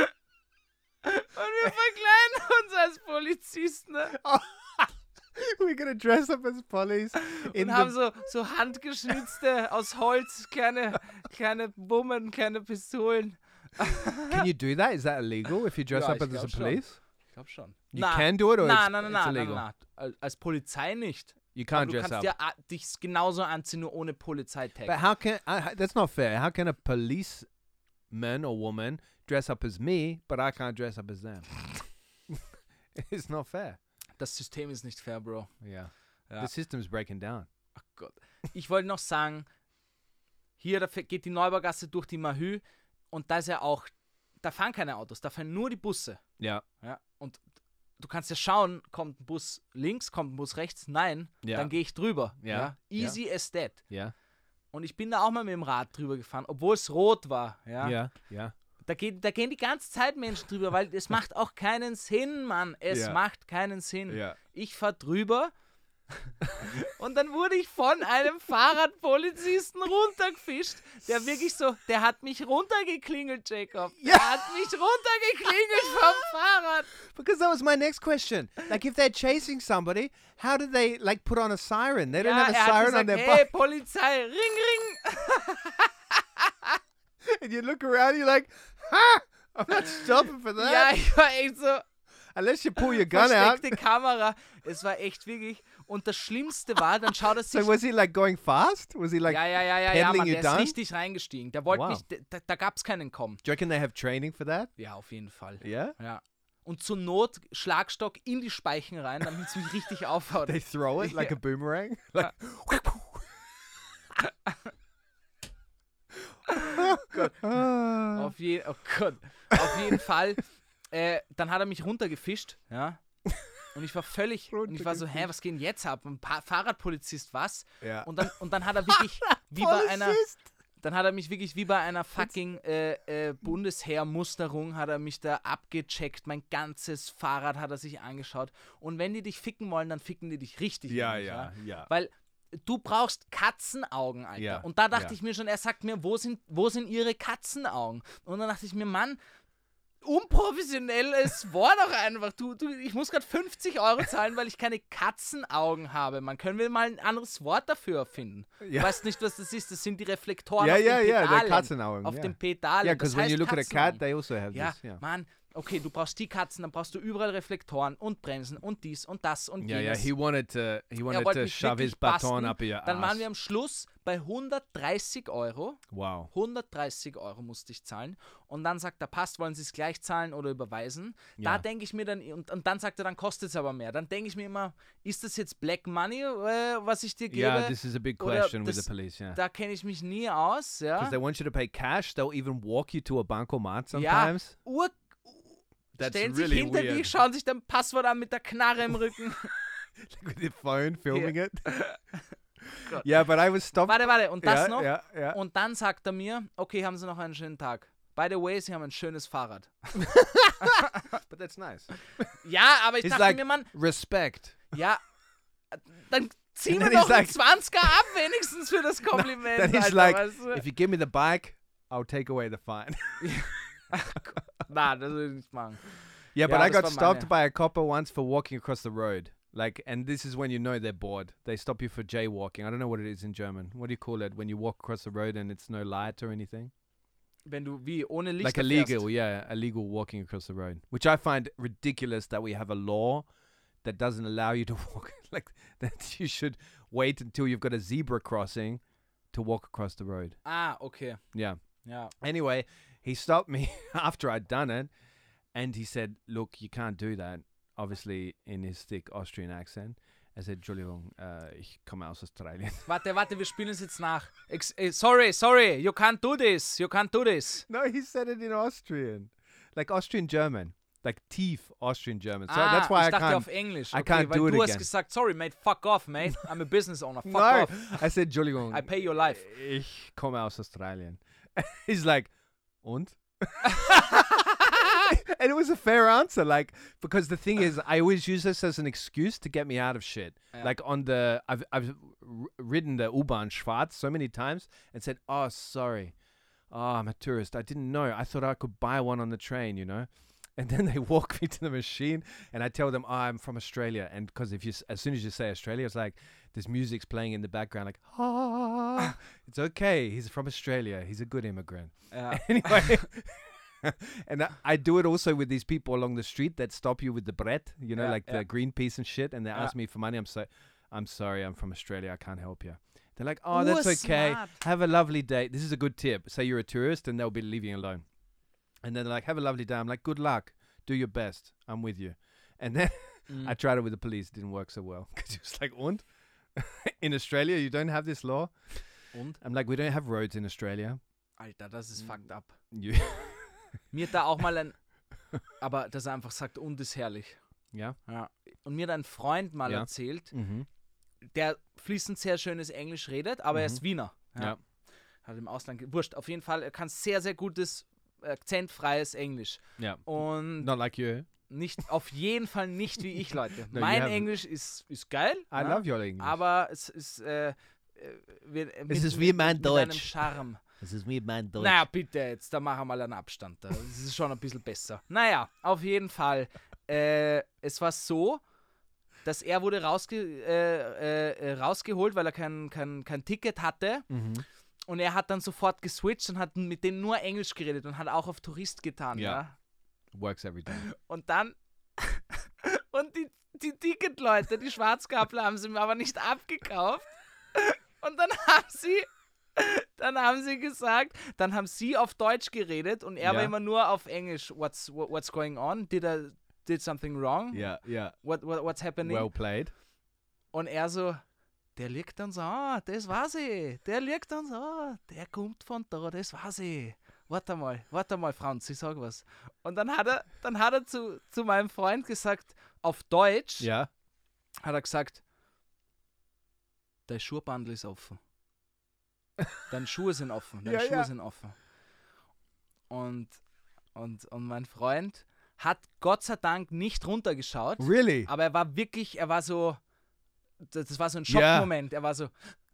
B: Und wir verkleiden uns als Polizisten ne?
A: <laughs> We're going to dress up as
B: <laughs>
A: police in
B: und haben
A: the,
B: so, so handgeschnitzte aus Holz, kleine, kleine Bummen, kleine Pistolen.
A: Can you do that? Is that illegal if you dress
B: Ja,
A: up
B: ich
A: as a
B: glaub schon.
A: police?
B: Ich glaube schon.
A: You can do it or
B: na,
A: it's-
B: na, na,
A: it's
B: na,
A: illegal?
B: Na, na, na. Als Polizei nicht.
A: You can't
B: du
A: dress
B: kannst
A: up.
B: ja ah, dich genauso anziehen, nur ohne
A: But
B: Polizeitag.
A: how can I, I- that's not fair? How can a policeman or woman dress up as me, but I can't dress up as <laughs> them? it's not fair.
B: Das System ist nicht fair, Bro.
A: Yeah. Uh,
B: Yeah.
A: the system's breaking down.
B: Ach Gott. Ich wollte noch sagen, hier da fährt- geht die Neubaugasse durch die Mahü und da ist ja auch, da fahren keine Autos, da fahren nur die Busse.
A: Yeah,
B: Ja? Und du kannst ja schauen, kommt ein Bus links, kommt ein Bus rechts, nein,
A: Ja.
B: dann gehe ich drüber.
A: Ja.
B: Easy as that.
A: yeah,
B: Und ich bin da auch mal mit dem Rad drüber gefahren, obwohl es rot war. Ja?
A: yeah, yeah.
B: Da, geht, da gehen die ganze Zeit Menschen drüber, weil es macht auch keinen Sinn, Mann. Es
A: Ja.
B: macht keinen Sinn.
A: Ja.
B: Ich fahre drüber <laughs> und dann wurde ich von einem Fahrradpolizisten runtergefischt, der wirklich so, der hat mich runtergeklingelt, Jacob. Der hat mich runtergeklingelt vom Fahrrad.
A: Because that was my next question. Like, if they're chasing somebody, how do they like put on a siren? They don't
B: Ja,
A: have a
B: er hat
A: siren on
B: gesagt,
A: their
B: hey,
A: bike.
B: Polizei, ring, ring.
A: And <laughs> you look around, you're like, ha! I'm not stopping for that.
B: Ja, ich war echt so,
A: <laughs> Unless you pull your gun out.
B: versteckte Kamera. Es war echt wirklich, und das Schlimmste war, dann schaut er sich
A: So was he like going fast? Was he like?
B: Ja, ja, ja, ja, ja,
A: peddling
B: Mann,
A: you
B: der ist
A: down?
B: richtig reingestiegen. Der wollte
A: Wow.
B: nicht, da, da gab es keinen Kommen.
A: Do you reckon they have training for that?
B: Ja, auf jeden Fall.
A: Yeah.
B: Ja. Und zur Not Schlagstock in die Speichen rein, damit es mich richtig aufhaut.
A: They throw it like a boomerang. Like, <laughs> Ah.
B: Auf, je oh Gott. auf jeden Fall. Äh, dann hat er mich runtergefischt, ja. Und ich war völlig, und ich war so, hä, was geht denn jetzt ab? Ein pa Fahrradpolizist, was?
A: Ja.
B: Und dann, und dann hat er wirklich, wie bei einer,
A: Polizist.
B: Dann hat er mich wirklich wie bei einer fucking äh, äh, Bundesheermusterung hat er mich da abgecheckt. Mein ganzes Fahrrad hat er sich angeschaut. Und wenn die dich ficken wollen, dann ficken die dich richtig.
A: Ja,
B: nämlich,
A: ja, ja.
B: Weil du brauchst Katzenaugen, Alter.
A: Ja,
B: Und da dachte
A: ja.
B: ich mir schon, er sagt mir, wo sind, wo sind ihre Katzenaugen? Und dann dachte ich mir, Mann, unprofessionelles <laughs> Wort auch einfach. Du, du, ich muss gerade 50 Euro zahlen, weil ich keine Katzenaugen habe. Man können wir mal ein anderes Wort dafür finden.
A: Ja.
B: Du weißt nicht, was das ist. Das sind die Reflektoren
A: Ja,
B: auf
A: ja,
B: den
A: ja, der
B: Pedalen.
A: Katzenaugen,
B: Auf
A: ja.
B: den Pedalen.
A: Yeah,
B: Das
A: because when you
B: heißt
A: look at a cat,
B: Katzenaugen.
A: they also have
B: Ja,
A: this. Yeah.
B: Mann, okay, du brauchst die Katzen, dann brauchst du überall Reflektoren und Bremsen und dies und das und
A: Yeah, yeah.
B: jenes.
A: He wanted to. He
B: Er
A: wanted
B: wollte
A: to
B: mich
A: shove his
B: wirklich
A: baton
B: basten.
A: up your
B: Dann waren wir
A: ass.
B: am Schluss bei 130 Euro.
A: Wow.
B: 130 Euro musste ich zahlen. Und dann sagt er, passt, wollen Sie es gleich zahlen oder überweisen?
A: Ja.
B: Da denke ich mir dann, und, und dann sagt er, dann kostet es aber mehr. Dann denke ich mir immer, ist das jetzt Black Money, äh, was ich dir gebe?
A: Yeah, this is a big
B: Oder
A: question with the
B: das-
A: police. Yeah.
B: Da kenne ich mich nie aus. Ja,
A: Because they want you to pay cash. They'll even walk you to a bancomat
B: ja
A: sometimes.
B: Ur
A: That's
B: stellen
A: really
B: sich hinter
A: weird.
B: dich, schauen sich dann Passwort an mit der Knarre im Rücken.
A: <laughs> With the phone filming it. <laughs> yeah, but I was stopped.
B: warte, warte, und das
A: yeah,
B: noch?
A: Yeah, yeah.
B: Und dann sagt er mir, okay, haben Sie noch einen schönen Tag. By the way, Sie haben ein schönes
A: <laughs>
B: Fahrrad.
A: But that's <laughs> nice.
B: Ja, aber ich
A: He's
B: dachte
A: like
B: mir, Mann,
A: respect. <laughs>
B: ja, dann ziehen wir
A: And then
B: doch
A: he's
B: einen
A: like-
B: 20er ab wenigstens für
A: <laughs>
B: das Kompliment.
A: Then he's
B: Alter,
A: like,
B: weißt
A: <laughs>
B: du?
A: if you give me the bike, I'll take away the fine. <laughs>
B: Nein, das will ich nicht machen.
A: Yeah, but
B: Yeah,
A: I
B: that's
A: got
B: what mine
A: stopped
B: are.
A: by a copper once for walking across the road. Like, and this is when you know they're bored. They stop you for jaywalking. I don't know what it is in German. What do you call it when you walk across the road and it's no light or anything?
B: Wenn du, wie, ohne Licht
A: like illegal, yeah, illegal walking across the road, which I find ridiculous that we have a law that doesn't allow you to <laughs> walk. Like that, you should wait until you've got a zebra crossing to walk across the road.
B: Ah, okay,
A: Yeah.
B: ja.
A: Anyway, he stopped me <laughs> after I'd done it and he said, Look, you can't do that. Obviously, in his thick Austrian accent. I said, Entschuldigung, uh, ich komme aus Australien. <laughs>
B: Warte, warte, wir spielen es jetzt nach. Ex eh, sorry, sorry, you can't do this, you can't do this.
A: No, he said it in Austrian. Like Austrian German. Like tief Austrian German. So
B: ah,
A: that's why
B: ich
A: I
B: dachte
A: can't. <laughs>
B: auf Englisch.
A: I
B: Okay,
A: can't
B: weil
A: do it
B: du hast
A: again.
B: gesagt, sorry, mate, fuck off, mate. I'm a business owner, fuck
A: no,
B: off.
A: I said, Entschuldigung,
B: I pay your life.
A: <laughs> ich komme aus Australien. <laughs> He's like, und? <laughs> and it was a fair answer, like because the thing is, I always use this as an excuse to get me out of shit. Like on the, I've I've r- ridden the U-Bahn Schwarz so many times and said, "Oh, sorry, oh, I'm a tourist. I didn't know. I thought I could buy one on the train, you know." And then they <laughs> walk me to the machine, and I tell them, oh, "I'm from Australia." And because if you, s- as soon as you say Australia, it's like this music's playing in the background, like,
B: <laughs>
A: "Ah, it's okay. He's from Australia. He's a good immigrant."
B: Ja.
A: <laughs>
B: <laughs>
A: anyway. and I, I do it also with these people along the street that stop you with the bread, you know,
B: Yeah,
A: like
B: yeah.
A: the Greenpeace and shit, and they
B: Yeah.
A: ask me for money. I'm so, I'm sorry, I'm from Australia, I can't help you. They're like, oh, that's
B: Ooh,
A: okay.
B: smart.
A: Have a lovely day. This is a good tip. Say you're a tourist, and they'll be leaving you alone. And then they're like, have a lovely day. I'm like, good luck. Do your best. I'm with you. And then
B: Mm.
A: <laughs> I tried it with the police. Didn't work so well <laughs> because it was like, und? in Australia, you don't have this law.
B: Und?
A: I'm like, we don't have roads in Australia. <laughs>
B: Alter, das
A: Mm.
B: ist fucked up.
A: You
B: Mir hat da auch mal ein. Aber dass er einfach sagt, und ist herrlich.
A: yeah.
B: Ja. Und mir hat ein Freund mal
A: Ja.
B: erzählt,
A: Mhm.
B: der fließend sehr schönes Englisch redet, aber er ist Wiener.
A: Mhm. Ja.
B: Hat im Ausland. ge- Wurscht, auf jeden Fall, er kann sehr, sehr gutes, akzentfreies Englisch.
A: Yeah.
B: Und
A: Not like you.
B: nicht, auf jeden Fall nicht wie ich, Leute.
A: <laughs> No, you
B: mein
A: haven't.
B: Englisch ist, ist geil.
A: I
B: ne?
A: love your English.
B: Aber es ist. Äh, äh, wir- äh, mit,
A: ist wie
B: mit,
A: mein
B: mit einem
A: Deutsch.
B: Charme.
A: this is me, man.
B: Naja, bitte, jetzt, da mach einmal einen Abstand. Da. Das ist schon ein bisschen besser. Naja, auf jeden Fall. Äh, es war so, dass er wurde rausge äh, äh, äh, rausgeholt, weil er kein, kein, kein Ticket hatte.
A: Mhm.
B: Und er hat dann sofort geswitcht und hat mit denen nur Englisch geredet und hat auch auf Tourist getan.
A: Ja.
B: Ja.
A: Works every day.
B: <laughs> Und dann. und die, die Ticketleute, die Schwarzkapler, haben sie mir aber nicht abgekauft. Und dann haben sie. Dann haben sie gesagt, dann haben sie auf Deutsch geredet und er
A: Ja.
B: war immer nur auf Englisch. What's what, what's going on? Did I did something wrong?
A: Yeah, yeah.
B: What, what what's happening?
A: Well played.
B: <laughs> Und er so, der liegt uns an, das weiß ich. Der liegt uns an, der kommt von da, das weiß ich. Warte mal, warte mal, Franz, ich sag was. Und dann hat er, dann hat er zu, zu meinem Freund gesagt, auf Deutsch,
A: Yeah.
B: hat er gesagt, dein Schuhbandel ist offen. Deine Schuhe sind offen. Deine
A: Ja,
B: Schuhe
A: ja.
B: sind offen. Und, und, und mein Freund hat Gott sei Dank nicht runtergeschaut.
A: Really?
B: Aber er war wirklich, er war so, das das war so ein
A: Ja.
B: Schockmoment. Er war so,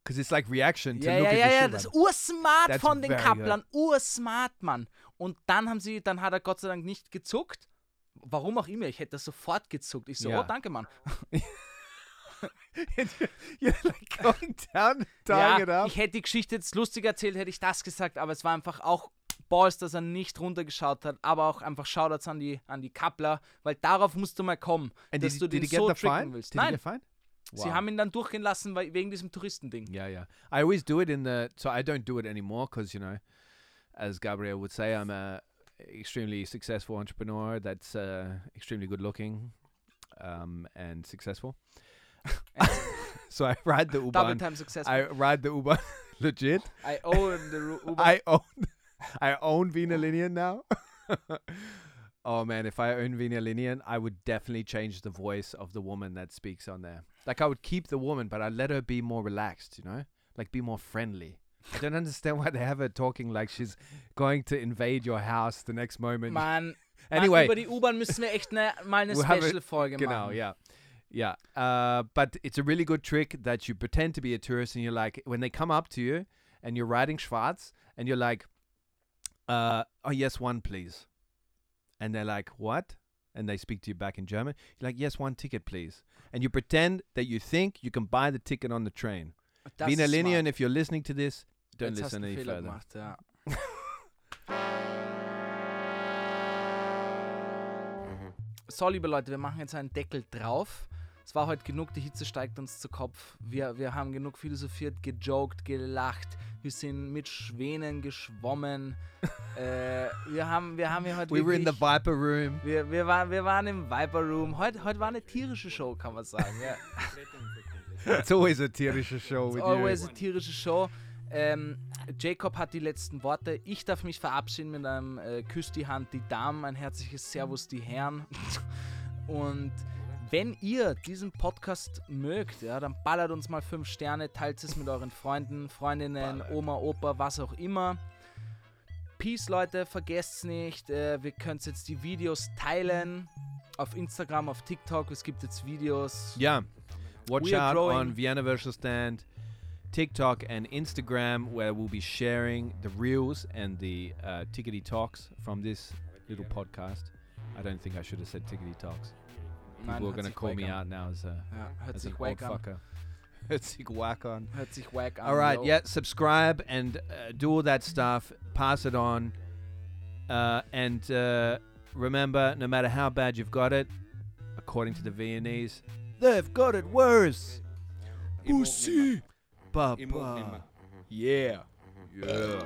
A: Because it's like reaction to
B: ja,
A: look
B: ja,
A: at
B: ja,
A: the
B: ja,
A: shoe,
B: das ist
A: man.
B: ursmart
A: That's
B: von den
A: very
B: Kapplern, ursmart, Mann. Und dann haben sie, dann hat er Gott sei Dank nicht gezuckt. Warum auch immer, ich hätte das sofort gezuckt. Ich so,
A: Ja.
B: oh, danke, Mann.
A: <laughs> You're like going down, tying it
B: Ja,
A: up.
B: ich hätte die Geschichte jetzt lustig erzählt, hätte ich das gesagt, aber es war einfach auch Balls, dass er nicht runtergeschaut hat, aber auch einfach Shoutouts an die, an die Kappler, weil darauf musst du mal kommen,
A: And
B: dass
A: did,
B: du
A: did
B: den
A: he get
B: so
A: the
B: tricken
A: fine?
B: willst.
A: Did he
B: Nein,
A: get fined?
B: sie
A: Wow.
B: haben ihn dann durchgehen lassen, weil, wegen diesem Touristending.
A: Yeah, yeah. I always do it in the. So I don't do it anymore because you know, as Gabriel would say, I'm a extremely successful entrepreneur that's uh, extremely good looking, um, and successful. <laughs> so I ride the
B: Double
A: Uber.
B: time successful.
A: I ride the Uber <laughs> legit.
B: I, own the
A: <laughs>
B: Ru- Uber.
A: I own I own Wiener Linien now. <laughs> oh man, if I own Wiener Linien, I would definitely change the voice of the woman that speaks on there. Like I would keep the woman, but I'd let her be more relaxed, you know? Like be more friendly. I don't <laughs> understand why they have her talking like she's going to invade your house the next moment.
B: Mann, Mann,
A: anyway,
B: über die U-Bahn müssen wir echt ne, mal
A: <laughs>
B: eine
A: We'll have a-
B: Special-Folge machen.
A: Genau, yeah. Yeah. Uh, but it's a really good trick that you pretend to be a tourist and you're like, when they come up to you and you're riding Schwarz and you're like, uh, oh, yes, one, please. And they're like, what? And they speak to you back in German. You're like, yes, one ticket, please. And you pretend that you think you can buy the ticket on the train.
B: Das
A: Wiener
B: ist smart.
A: Linien, if you're listening to this, don't
B: Jetzt hast
A: listen
B: du
A: any
B: Fehler
A: further.
B: Gemacht,
A: <laughs>
B: ja. So, liebe Leute, wir machen jetzt einen Deckel drauf. Es war heute genug, die Hitze steigt uns zu Kopf. Wir, wir haben genug philosophiert, gejoked, gelacht. Wir sind mit Schwänen geschwommen.
A: <laughs>
B: äh, wir, haben, wir haben hier heute
A: We were in the
B: wirklich-
A: Viper room.
B: wir, wir, waren, wir waren im Viper Room. Heute, heute war eine tierische Show, kann man sagen. Ja.
A: It's always a tierische show with
B: Always
A: you.
B: eine tierische Show. Ähm, Jacob hat die letzten Worte. Ich darf mich verabschieden mit einem äh, Küss die Hand, die Damen, ein herzliches Servus, die Herren. <laughs> Und wenn ihr diesen Podcast mögt, ja, dann ballert uns mal fünf Sterne, teilt es mit euren Freunden, Freundinnen, Oma, Opa, was auch immer. Peace, Leute, vergesst nicht. Äh, wir können jetzt die Videos teilen auf Instagram, auf TikTok. Es gibt jetzt Videos.
A: Yeah. Watch
B: We are
A: out
B: growing.
A: on Vienna Virtual Stand, TikTok, and Instagram, where we'll be sharing the reels and the uh, tickety talks from this little podcast. I don't think I should have said tickety talks.
B: Nein,
A: People are
B: hört
A: going to
B: sich
A: call me
B: wack an.
A: out now as a,
B: Ja, hört
A: as an
B: sich
A: old
B: wack an. <laughs>
A: fucker. It's like whack on.
B: Hört sich wack an.
A: All right,
B: yo.
A: yeah, subscribe and uh, do all that stuff. Pass it on. Uh, and uh, remember, no matter how bad you've got it, according to the Viennese, they've got it worse.
C: Im Mund nimmer.
A: Ba,
C: Im Mund nimmer.
A: Yeah. Yeah.